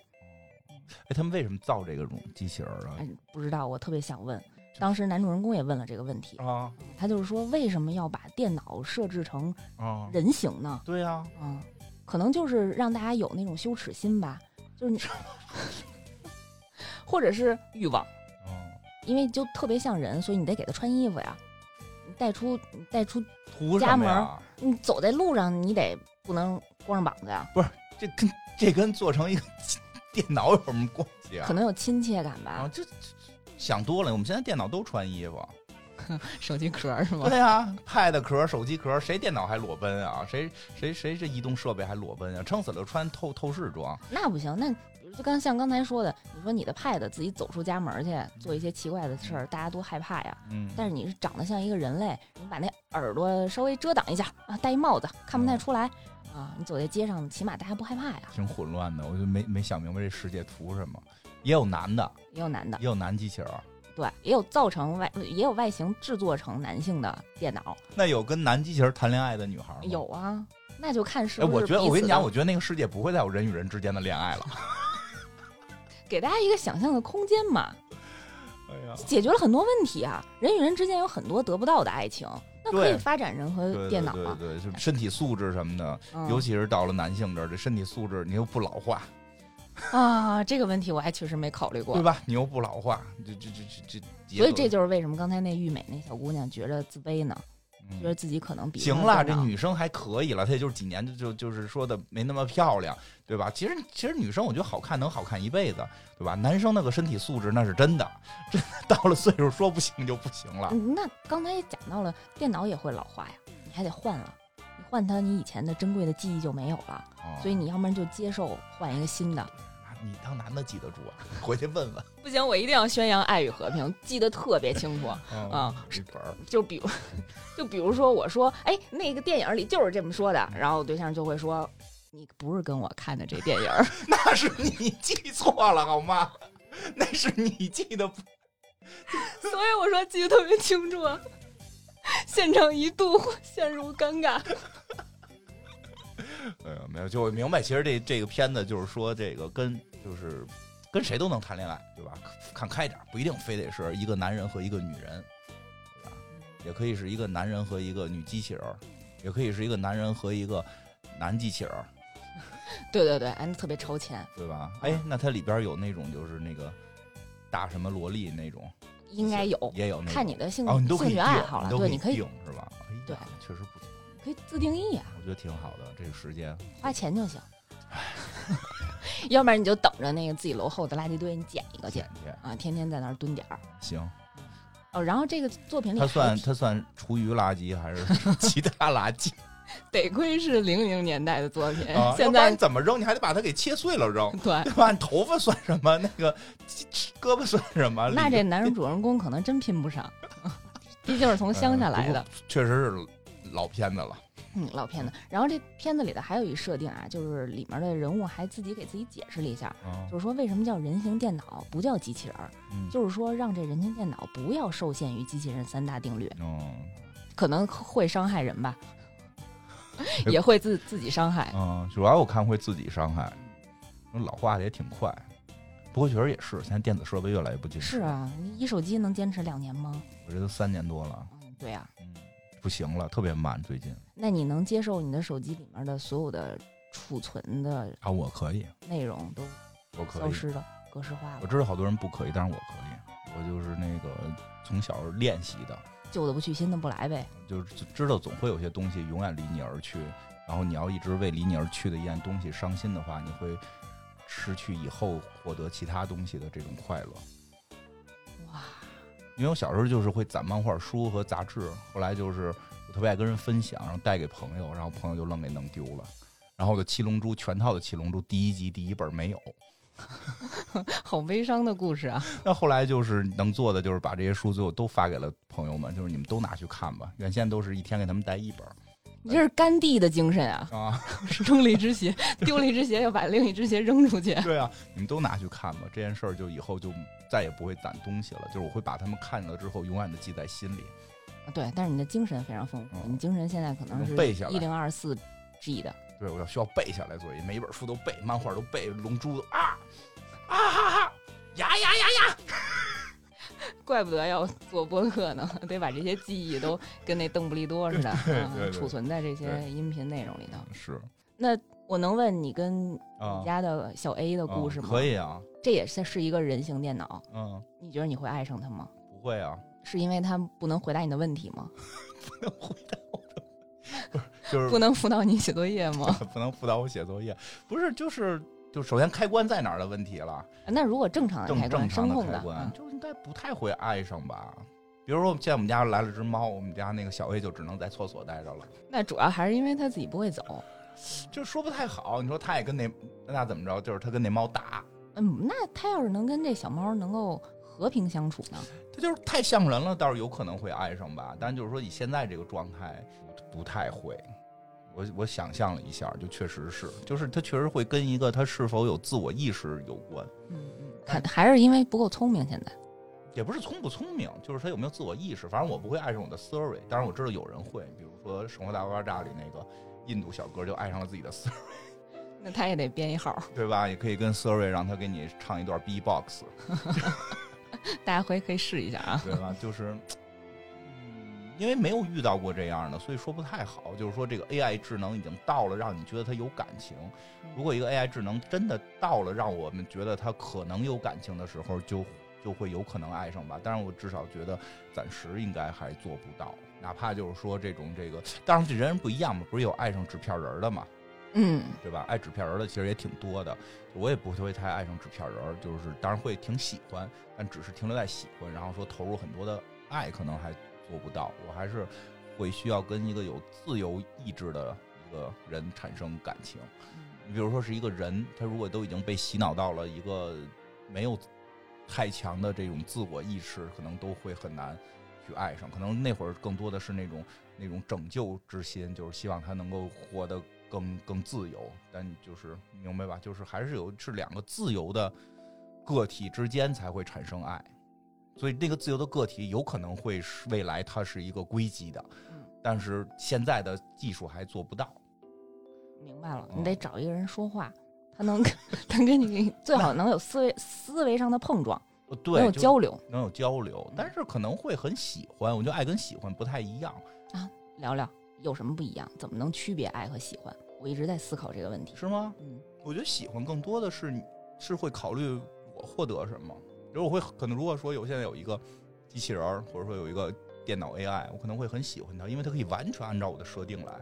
S1: 哎，他们为什么造这个种机器人啊
S2: 哎，不知道，我特别想问，当时男主人公也问了这个问题，
S1: 啊？
S2: 他就是说为什么要把电脑设置成
S1: 啊啊，
S2: 人形呢？
S1: 对啊，
S2: 嗯，可能就是让大家有那种羞耻心吧，就是 你，或者是欲望，
S1: 嗯，
S2: 因为就特别像人，所以你得给他穿衣服呀，你带出你带出，
S1: 图
S2: 家
S1: 什么
S2: 门
S1: 呀？
S2: 你走在路上你得不能光着膀子呀，
S1: 这跟这跟做成一个电脑有什么关系啊
S2: 可？能有亲切感吧。
S1: 啊，这这这想多了，我们现在电脑都穿衣服。
S2: 手机壳是吗？
S1: 对呀、p a d 壳、手机壳，谁电脑还裸奔啊？谁谁谁这移动设备还裸奔啊？撑死了穿透透视装，
S2: 那不行，那比如就刚像刚才说的，你说你的 pad 自己走出家门去做一些奇怪的事儿，大家多害怕呀。
S1: 嗯，
S2: 但是你是长得像一个人类，你把那耳朵稍微遮挡一下啊，戴一帽子看
S1: 嗯
S2: 不太出来啊。你走在街上，起码大家不害怕呀。
S1: 挺混乱的，我就没没想明白这世界图什么。也有男的，
S2: 也有男的，
S1: 也有男机器人，
S2: 对，也有造成外，也有外形制作成男性的电脑，
S1: 那有跟男机器人谈恋爱的女孩吗？
S2: 有。啊。那就看是
S1: 哦哎，
S2: 不是
S1: 我觉得
S2: 彼此
S1: 我跟你讲，
S2: 的
S1: 我觉得那个世界不会再有人与人之间的恋爱 了。
S2: 给大家一个想象的空间嘛，
S1: 哎呀，
S2: 解决了很多问题啊。人与人之间有很多得不到的爱情，那可以
S1: 对
S2: 发展人和
S1: 对
S2: 电
S1: 对
S2: 脑
S1: 对
S2: 啊。
S1: 对，就身体素质什么的，
S2: 嗯
S1: 尤其是到了男性这儿，这身体素质你又不老化，
S2: 啊，这个问题我还确实没考虑过
S1: 对。吧？你又不老化，这这这这这，
S2: 所以这就是为什么刚才那玉美那小姑娘觉着自卑呢，
S1: 嗯
S2: 觉得自己可能比
S1: 行
S2: 了
S1: 了，这女生还可以了，她也就是几年就就就是说的没那么漂亮，对吧？其实其实女生我觉得好看能好看一辈子，对吧？男生那个身体素质那是真的， 真的到了岁数说不行就不行了。
S2: 嗯那刚才也讲到了，电脑也会老化呀，你还得换了，你换它，你以前的珍贵的记忆就没有了，
S1: 哦
S2: 所以你要不然就接受换一个新的。
S1: 啊你当男的记得住啊，回去问问
S2: 不行，我一定要宣扬爱与和平，记得特别清
S1: 哦
S2: 楚。 啊
S1: 这嗯本儿
S2: 就比如，就比如说，我说，哎，那个电影里就是这么说的，然后我对象就会说，你不是跟我看的这电影儿，
S1: 那是你记错了好吗？那是你记得不。
S2: 所以我说记得特别清楚啊。现场一度陷入尴尬。
S1: 哎呀，没有，就我明白，其实这这个片子就是说，这个跟就是跟谁都能谈恋爱，对吧？看开点儿，不一定非得是一个男人和一个女人，对吧？也可以是一个男人和一个女机器人儿，也可以是一个男人和一个男机器人儿，
S2: 对对对，安特别超前，
S1: 对吧？
S2: 嗯
S1: 哎，那它里边儿有那种就是那个大什么萝莉那种，
S2: 应该有。
S1: 也有那种
S2: 嗯看你的兴、
S1: 哦，你都可
S2: 兴
S1: 以
S2: 趣
S1: 定
S2: 爱好了，
S1: 你都
S2: 对，
S1: 以
S2: 你可以
S1: 定是吧？哎呀
S2: 对
S1: 确实不错，
S2: 可以自定义啊，
S1: 我觉得挺好的，这个时间
S2: 花钱就行。要不然你就等着那个自己楼后的垃圾堆，你捡一个去
S1: 剪去
S2: 啊，天天在那儿蹲点儿。
S1: 行。
S2: 哦，然后这个作品里
S1: 它
S2: 还
S1: 算
S2: 提
S1: 它算厨余垃圾还 是其他垃圾
S2: 得亏是零零年代的作品，
S1: 啊？要
S2: 哎
S1: 啊
S2: 现
S1: 不然
S2: 在
S1: 你怎么扔？你还得把它给切碎了扔，
S2: 对。
S1: 对吧？你头发算什么？那个 胳膊算什么？
S2: 那
S1: 里
S2: 这男主人公可能真拼不上， 毕竟是从乡下
S1: 嗯
S2: 来的，
S1: 确实是老片子了。
S2: 嗯，老片子。然后这片子里的还有一设定啊，就是里面的人物还自己给自己解释了一下，
S1: 嗯
S2: 就是说为什么叫人形电脑不叫机器人儿，
S1: 嗯
S2: 就是说让这人形电脑不要受限于机器人三大定律，
S1: 嗯
S2: 可能会伤害 人吧，
S1: 哎
S2: 也会自自己伤害。
S1: 嗯，主要我看会自己伤害，老化的也挺快。不过确实也是，现在电子设备越来越不进时
S2: 是，啊，你一手机能坚持两年吗？
S1: 我这都三年多了，
S2: 嗯，对啊。
S1: 嗯，不行了，特别慢最近
S2: 那你能接受你的手机里面的所有的储存的
S1: 啊，我可以，
S2: 内容都
S1: 我可
S2: 消
S1: 以，
S2: 失了、格式化
S1: 我
S2: 了，
S1: 知道好多人不可以，但是我可以，我就是那个从小练习的，
S2: 旧的不去，新的不来呗。
S1: 就是知道总会有些东西永远离你而去，然后你要一直为离你而去的一件东西伤心的话，你会失去以后获得其他东西的这种快乐。
S2: 哇，
S1: 因为我小时候就是会攒漫画书和杂志，后来就是我特别爱跟人分享，然后带给朋友，然后朋友就愣给弄丢了。然后我的《七龙珠》全套的《七龙珠》第一集第一本没有，
S2: 好悲伤的故事啊！
S1: 那后来就是能做的就是把这些书最后都发给了朋友们，就是你们都拿去看吧。原先都是一天给他们带一本
S2: 你这是甘地的精神啊！
S1: 啊，
S2: 扔了一只鞋，丢了一只鞋，要把另一只鞋扔出去。
S1: 对啊，你们都拿去看吧。这件事儿就以后就再也不会攒东西了，就是我会把他们看了之后永远的记在心里。
S2: 对，但是你的精神非常丰富，
S1: 嗯
S2: 你精神现在可能是
S1: 能背下来
S2: 一零二四 G 的。
S1: 对，我要需要背下来，所以每一本书都背，漫画都背，《龙珠》都啊啊哈哈呀呀呀呀！
S2: 怪不得要做播客呢， 得把这些记忆都跟那邓布利 多似的，啊
S1: 对对
S2: 储存在这些
S1: 对
S2: 音频内容里头。
S1: 是
S2: 那我能问你跟
S1: 啊
S2: 你，家的小 A 的故事
S1: 啊
S2: 吗？
S1: 可，以啊，
S2: 这也是是一个人形电脑，
S1: 嗯，
S2: 你觉得你会爱上它吗？
S1: 不会啊，
S2: 是因为它不能回答你的问题吗？
S1: 就是
S2: 不能辅导你写作业吗？
S1: 不能辅导我写作业，不是就是。就首先开关在哪儿的问题了，
S2: 那如果正常的
S1: 正
S2: 开
S1: 正
S2: 啊关，
S1: 常
S2: 声控
S1: 开
S2: 的，
S1: 关
S2: 嗯
S1: 就应该不太会爱上吧。比如说，现在我们家来了只猫，我们家那个小 A 就只能在厕所待着了，
S2: 那主要还是因为他自己不会走。
S1: 就说不太好。你说它也跟那那怎么着？就是它跟那猫打，
S2: 嗯，那他要是能跟这小猫能够和平相处呢？
S1: 它就是太像人了，倒是有可能会爱上吧。但就是说，以现在这个状态，不太会。我我想象了一下，就确实是，就是它确实会跟一个它是否有自我意识有关，
S2: 嗯嗯，看还是因为不够聪明，现在
S1: 也不是聪不聪明，就是它有没有自我意识。反正我不会爱上我的 Siri，当然我知道有人会，比如说《生活大爆炸》里那个印度小哥就爱上了自己的 Siri，
S2: 那他也得编一号，
S1: 对吧？也可以跟 Siri 让他给你唱一段 B-box，
S2: 大家回去可以试一下啊。
S1: 对吧？就是，嗯，因为没有遇到过这样的，所以说不太好。就是说，这个 AI 智能已经到了让你觉得它有感情。如果一个 AI 智能真的到了让我们觉得它可能有感情的时候，就就会有可能爱上吧。但是我至少觉得暂时应该还做不到，哪怕就是说这种这个，当然这人人不一样嘛，不是有爱上纸片人的嘛，
S2: 嗯，
S1: 对吧？爱纸片人的其实也挺多的，我也不会太爱上纸片人儿，就是当然会挺喜欢，但只是停留在喜欢，然后说投入很多的爱，可能还做不到。我还是会需要跟一个有自由意志的一个人产生感情。你比如说是一个人，他如果都已经被洗脑到了一个没有太强的这种自我意识，可能都会很难去爱上。可能那会儿更多的是那种那种拯救之心，就是希望他能够活得更更自由。但就是明白吧，就是还是有是两个自由的个体之间才会产生爱。所以那个自由的个体有可能会是未来它是一个硅基的，但是现在的技术还做不到。
S2: 明白了，
S1: 嗯
S2: 你得找一个人说话，他能能跟 你最好能有思维思维上的碰撞，
S1: 呃
S2: 能
S1: 对，
S2: 有
S1: 就
S2: 交流
S1: 能有交流
S2: 嗯，
S1: 但是可能会很喜欢，我觉得爱跟喜欢不太一样。
S2: 聊聊有什么不一样，怎么能区别爱和喜欢？我一直在思考这个问题。
S1: 是吗？
S2: 嗯，
S1: 我觉得喜欢更多的是你是会考虑我获得什么，比如我会可能如果说有现在有一个机器人儿，或者说有一个电脑 AI，我可能会很喜欢它，因为它可以完全按照我的设定来。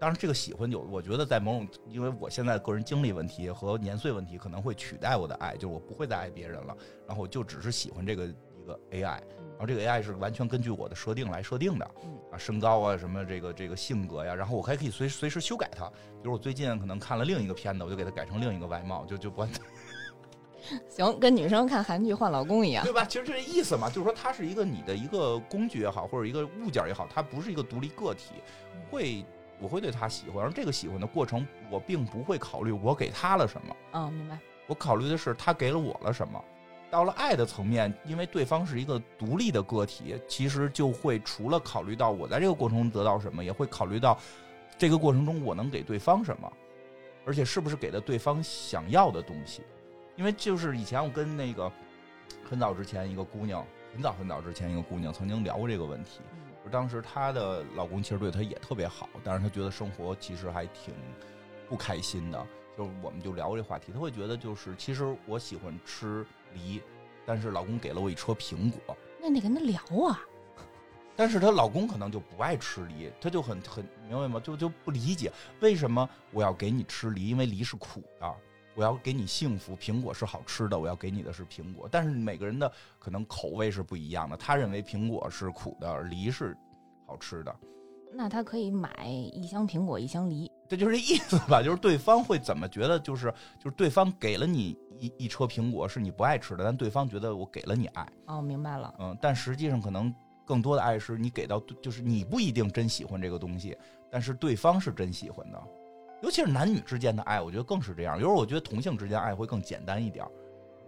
S1: 当然，这个喜欢有，我觉得在某种，因为我现在个人经历问题和年岁问题，可能会取代我的爱，就是我不会再爱别人了，然后我就只是喜欢这个一个 AI，然后这个 AI 是完全根据我的设定来设定的
S2: 嗯，
S1: 啊，身高啊，什么这个这个性格呀，然后我还可以随随时修改它。比如我最近可能看了另一个片子，我就给它改成另一个外貌，就就不按
S2: 行，跟女生看韩剧换老公 一样。
S1: 对吧？其实就这意思嘛，就是说它是一个你的一个工具也好，或者一个物件也好，它不是一个独立个体，会。我会对它喜欢，而这个喜欢的过程，我并不会考虑我给它了什么，
S2: 嗯，明白。
S1: 我考虑的是它给了我了什么。到了爱的层面，因为对方是一个独立的个体，其实就会除了考虑到我在这个过程中得到什么，也会考虑到这个过程中我能给对方什么，而且是不是给了对方想要的东西。因为就是以前我跟那个很早之前一个姑娘，很早很早之前一个姑娘曾经聊过这个问题，
S2: 嗯
S1: 就是当时她的老公其实对她也特别好，但是她觉得生活其实还挺不开心的。就是我们就聊这话题，她会觉得就是其实我喜欢吃梨，但是老公给了我一车苹果，
S2: 那你得跟他聊啊。
S1: 但是她老公可能就不爱吃梨，她就很很明白吗？就就不理解为什么我要给你吃梨，因为梨是苦的。我要给你幸福，苹果是好吃的，我要给你的是苹果。但是每个人的可能口味是不一样的，他认为苹果是苦的，梨是好吃的。
S2: 那他可以买一箱苹果，一箱梨。
S1: 这就是这意思吧？ 就是对方会怎么觉得？就是就是对方给了你一一车苹果是你不爱吃的，但对方觉得我给了你爱，
S2: 哦，明白了。
S1: 嗯，但实际上可能更多的爱是你给到，就是你不一定真喜欢这个东西，但是对方是真喜欢的。尤其是男女之间的爱，我觉得更是这样。有时候我觉得同性之间爱会更简单一点儿，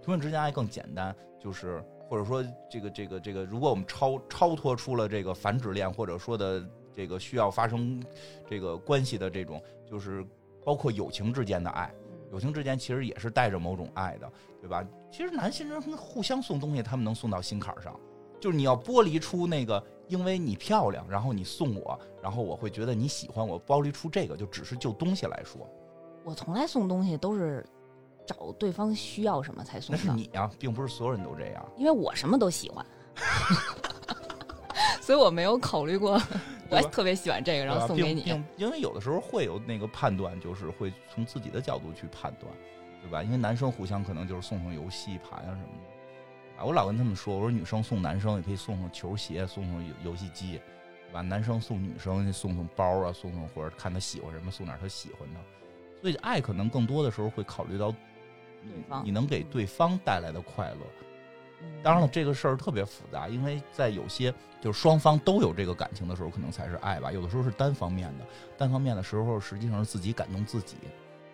S1: 同性之间爱更简单，就是或者说这个这个这个，如果我们超超脱出了这个繁殖恋，或者说的这个需要发生这个关系的这种，就是包括友情之间的爱，友情之间其实也是带着某种爱的，对吧？其实男性之间互相送东西，他们能送到心坎儿上，就是你要剥离出那个，因为你漂亮，然后你送我，然后我会觉得你喜欢我，剥离出这个，就只是就东西来说，
S2: 我从来送东西都是找对方需要什么才送
S1: 那是
S2: 的，
S1: 你啊，并不是所有人都这样。
S2: 因为我什么都喜欢， 所以我没有考虑过，我
S1: 对吧
S2: 特别喜欢这个，然
S1: 对
S2: 后
S1: 吧啊
S2: 送给你。嗯
S1: 并并因为有的时候会有那个判断，就是会从自己的角度去判断，对吧？因为男生互相可能就是送送游戏盘啊什么的。啊，我老跟他们说，我说女生送男生也可以送送球鞋，送送游游戏机，对吧？男生送女生送送包啊，送送或者看他喜欢什么，送点他喜欢的。所以爱可能更多的时候会考虑到你
S2: 对方
S1: 你能给对方带来的快乐。
S2: 嗯
S1: 当然了，，这个事儿特别复杂，因为在有些就是双方都有这个感情的时候，可能才是爱吧。有的时候是单方面的，单方面的时候实际上是自己感动自己。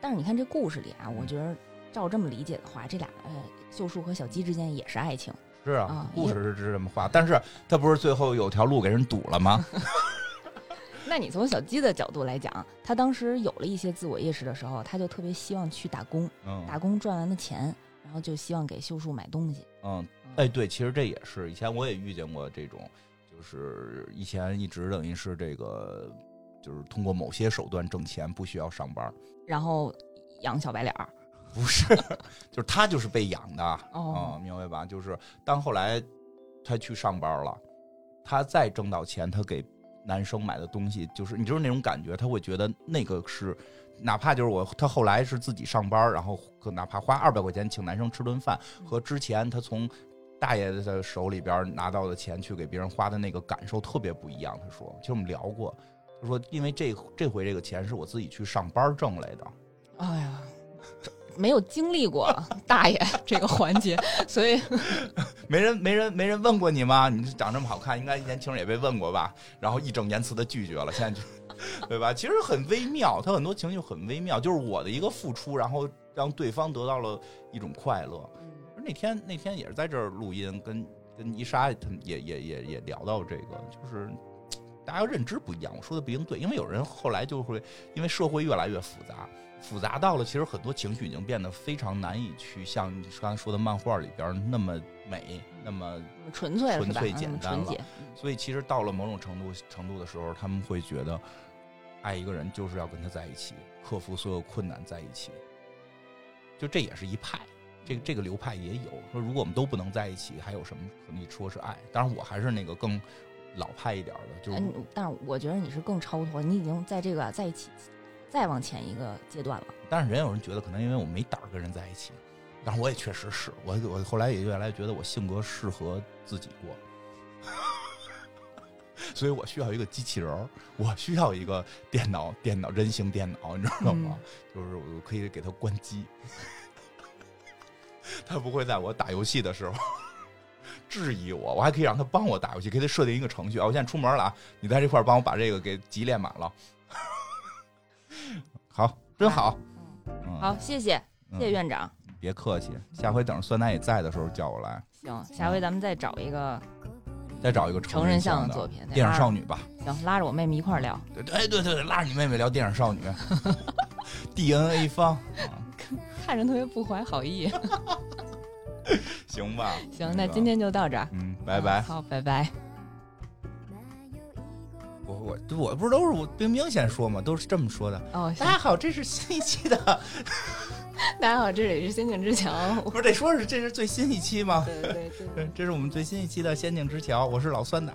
S2: 但是你看这故事里啊，
S1: 嗯
S2: 我觉得照这么理解的话，这俩呃秀树和小鸡之间也是爱情。
S1: 是
S2: 啊
S1: 故事是是这么画，但是他不是最后有条路给人堵了吗？
S2: 那你从小鸡的角度来讲，他当时有了一些自我意识的时候，他就特别希望去打工，
S1: 嗯
S2: 打工赚完的钱，然后就希望给秀树买东西。
S1: 嗯，
S2: 嗯
S1: 哎，对，其实这也是以前我也遇见过这种，就是以前一直等于是这个，就是通过某些手段挣钱，不需要上班。
S2: 然后养小白脸儿。
S1: 不是， 就是他就是被养的啊、
S2: 哦
S1: 明白吧？就是当后来他去上班了，他再挣到钱，他给男生买的东西，就是你就是那种感觉，他会觉得那个是，哪怕就是我他后来是自己上班，然后可哪怕花二百块钱请男生吃顿饭，和之前他从大爷的手里边拿到的钱去给别人花的那个感受特别不一样。他说，其实我们聊过。他说：“因为这这回这个钱是我自己去上班挣来的，
S2: 哎呀，没有经历 过大爷这个环节，所以
S1: 没人没人没人问过你吗？你长这么好看，应该年轻人也被问过吧？然后义正言辞的拒绝了，现在就，对吧？其实很微妙，他很多情绪很微妙，就是我的一个付出，然后让对方得到了一种快乐。那天那天也是在这儿录音，跟跟伊莎他们也也也也聊到这个，就是大家认知不一样。我说的不一定对，因为有人后来就会因为社会越来越复杂，复杂到了其实很多情绪已经变得非常难以去像你刚才说的漫画里边那么美，那么
S2: 嗯 纯粹了是吧？
S1: 纯粹简
S2: 嗯
S1: 单
S2: 纯
S1: 了
S2: 洁。嗯
S1: 所以其实到了某种程度程度的时候，他们会觉得，爱一个人就是要跟他在一起，克服所有困难在一起。就这也是一派，这个这个流派也有说，如果我们都不能在一起，还有什么可以说是爱？当然，我还是那个更老派一点儿的，就是
S2: 嗯，但是我觉得你是更超脱，你已经在这个在一起，再往前一个阶段了。
S1: 但是人有人觉得可能因为我没胆儿跟人在一起，但是我也确实是我我后来也越来越觉得我性格适合自己过， 所以我需要一个机器人儿，我需要一个电脑电脑人形电脑，你知道吗？就是我可以给它关机， 它不会在我打游戏的时候。 质疑我，我还可以让它帮我打游戏，给它设定一个程序啊！我现在出门了啊，你在这块儿帮我把这个给急练满了。 好，真好。
S2: 嗯，
S1: 嗯，
S2: 好，谢谢，谢谢
S1: 嗯
S2: 院长。
S1: 别客气，下回等着酸奶也在的时候叫我来，
S2: 行，下回咱们再找一个
S1: 再找一个
S2: 成人
S1: 人
S2: 向
S1: 向
S2: 的作品，
S1: 电影少女吧。
S2: 行，拉着我妹妹一块儿聊。
S1: 对对，哎对对对，拉着你妹妹聊电影少女 ，DNA 方，啊
S2: 看着特别不怀好意。
S1: 行吧？
S2: 行，那今天就到这儿，
S1: 嗯，拜拜。
S2: 好，拜拜。
S1: 我我我不是都是我冰冰先说嘛，都是这么说的。
S2: 哦，
S1: 大家好，这是新一期的，
S2: 大家好，这里是仙境之桥。
S1: 不是得说是这是最新一期吗？
S2: 对对对。
S1: 这是我们最新一期的《仙境之桥》，我是老酸奶。